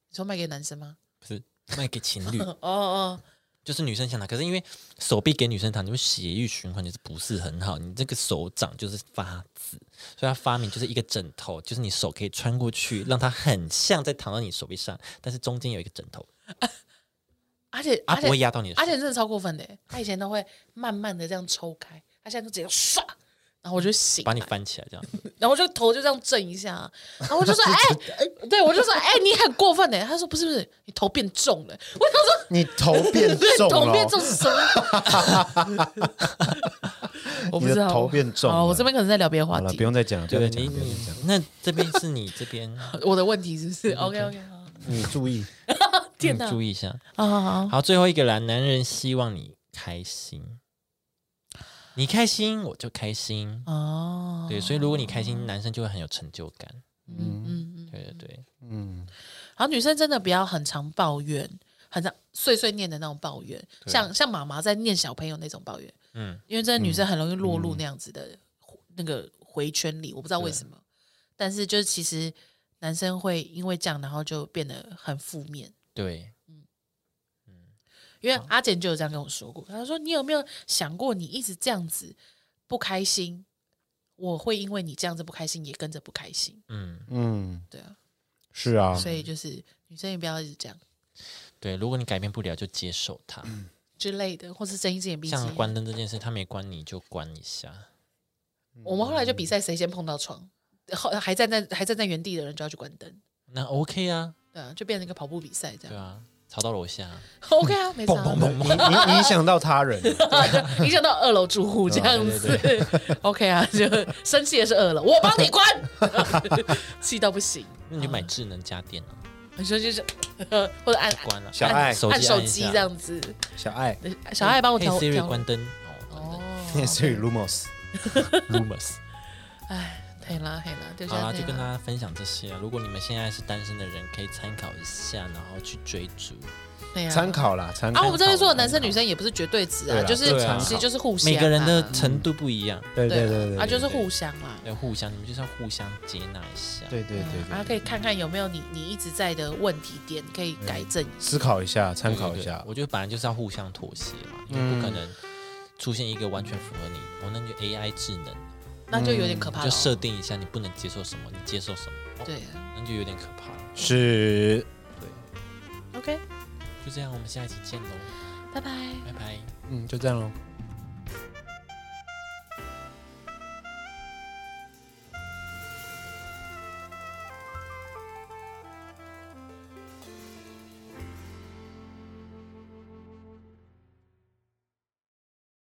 B: 你说卖给男生吗？
A: 不是卖给情侣，
B: 哦哦，
A: 就是女生想躺，可是因为手臂给女生躺，就会血液循环就是不是很好，你这个手掌就是发紫，所以他发明就是一个枕头，就是你手可以穿过去，让它很像在躺到你手臂上，但是中间有一个枕头，
B: 而且
A: 啊
B: 而且
A: 不会压到你的手
B: 而且真的超过分的耶，他以前都会慢慢的这样抽开，他现在就直接唰，然后我就醒
A: 把你
B: 来
A: 翻起来
C: <laughs>
A: 这样。
B: 然后我就头就这样震一下，然后我就说：“哎、哎对我就说：哎、你很过分呢。”他说：“不是不是，你头变重了。”我想说
C: 你头变：“重
B: 对，头
C: 了
B: 变
C: 哦，
B: 重是什么？”
C: <laughs>
B: 我不
C: 你
B: 知
C: 的
B: 道，
C: 头变重
B: 好了，
C: 了。
B: 我这边可能在聊别的话
C: 好了，不
B: 题。
C: 用再讲了，不
A: 对
C: 用再讲
A: 你
C: 了，不用再
A: 你
C: 讲了。
A: 那这边是你这边，
B: 我的问题是不是？OK OK，好，
C: 你注意，
B: <laughs> 天
A: 你
B: 哪！
A: 注意一下。
B: 好好好，
A: 好，最后一个啦，男人希望你开心，你开心我就开心。
B: 哦，
A: 对，所以如果你开心，男生就会很有成就感。
B: 嗯嗯嗯，
A: 对对对，
C: 嗯，
B: 好，女生真的不要很常抱怨，很常碎碎念的那种抱怨，像像妈妈在念小朋友那种抱怨，
A: 嗯，
B: 因为真的女生很容易落入那样子的、那个回圈里，我不知道为什么。但是就是其实男生会因为这样，然后就变得很负面。
A: 对，
B: 因为阿简就有这样跟我说过，他说：“你有没有想过，你一直这样子不开心，我会因为你这样子不开心，也跟着不开心。
A: 嗯，
C: 嗯，
B: 对啊，
C: 是啊，
B: 所以就是女生也不要一直这样
A: 对，如果你改变不了，就接受它。
B: 嗯之类的，或是睁一只眼闭一只
A: 像
B: 眼。
A: 关灯这件事，他没关你就关一下。
B: 我们后来就比赛谁先碰到床，后还站在还站在原地的人就要去关灯，
A: 那 OK 啊，
B: 对啊，就变成一个跑步比赛这
A: 对
B: 样。
A: 啊，吵到楼下，
B: <laughs> OK 啊，没
A: 砰
B: 啥
A: 砰，
B: <laughs>
C: 你你影响到他人，
B: 就影响到二楼住户这样子。OK 啊，就生气的是二楼，我帮你关， <laughs> 气到不行。
A: 那你就
B: 嗯
A: 买智能家电啊，
B: 你说就是或者按
A: 关了。
C: 小
B: 按
A: <laughs>
C: 爱
A: 手
B: 按
A: 机
B: 手
A: 一
B: 机
A: 下
B: 这，样子。
C: 小爱，
B: 小爱帮我
A: 嘿
B: 调
A: Siri
B: 调
A: 关灯，哦， <laughs> 关灯。
C: 那
B: 哦，
C: 是与 Lumos，
B: <laughs>
A: Lumos。
B: 哎，可以啦，可以啦，就这
A: 好啦，
B: 样，
A: 就跟大
B: 他
A: 家分享这些啊。如果你们现在是单身的人，可以参考一下，然后去追逐。
B: 对啊
C: 参。考啦，参
B: 啊，
C: 考，
B: 我们这边说的男生女生也不是绝对值
C: 对
B: 啊，
C: 啦
B: 就是
A: 对啊
B: 其实就是互相啊，
A: 每个人的程度不一样，
C: 对
B: 对
C: 对
B: 啊
C: 对对，
B: 啊，就是
A: 对
B: 互相啦。
A: 要互相，你们就是要互相接纳一下。，
C: 对对对
B: 啊，
C: 对，
B: 可以看看有没有你你一直在的问题点可以
C: 嗯
B: 改正一下。
C: 思考一下，参考一下，嗯
A: 我觉得本来就是要互相妥协嘛，因为不可能出现一个完全符合你，哦，那你就 AI 智能，
B: 那就有点可怕
A: 你嗯
B: 了。哦
A: 就设定一下你不能接受什么，你接受什么，哦
B: 对啊
A: 那就有点可怕了。
C: 是。
B: ，OK，
A: 就这样，我们下一期见喽，
B: 拜拜。
A: 拜拜。
C: 嗯，就这样喽。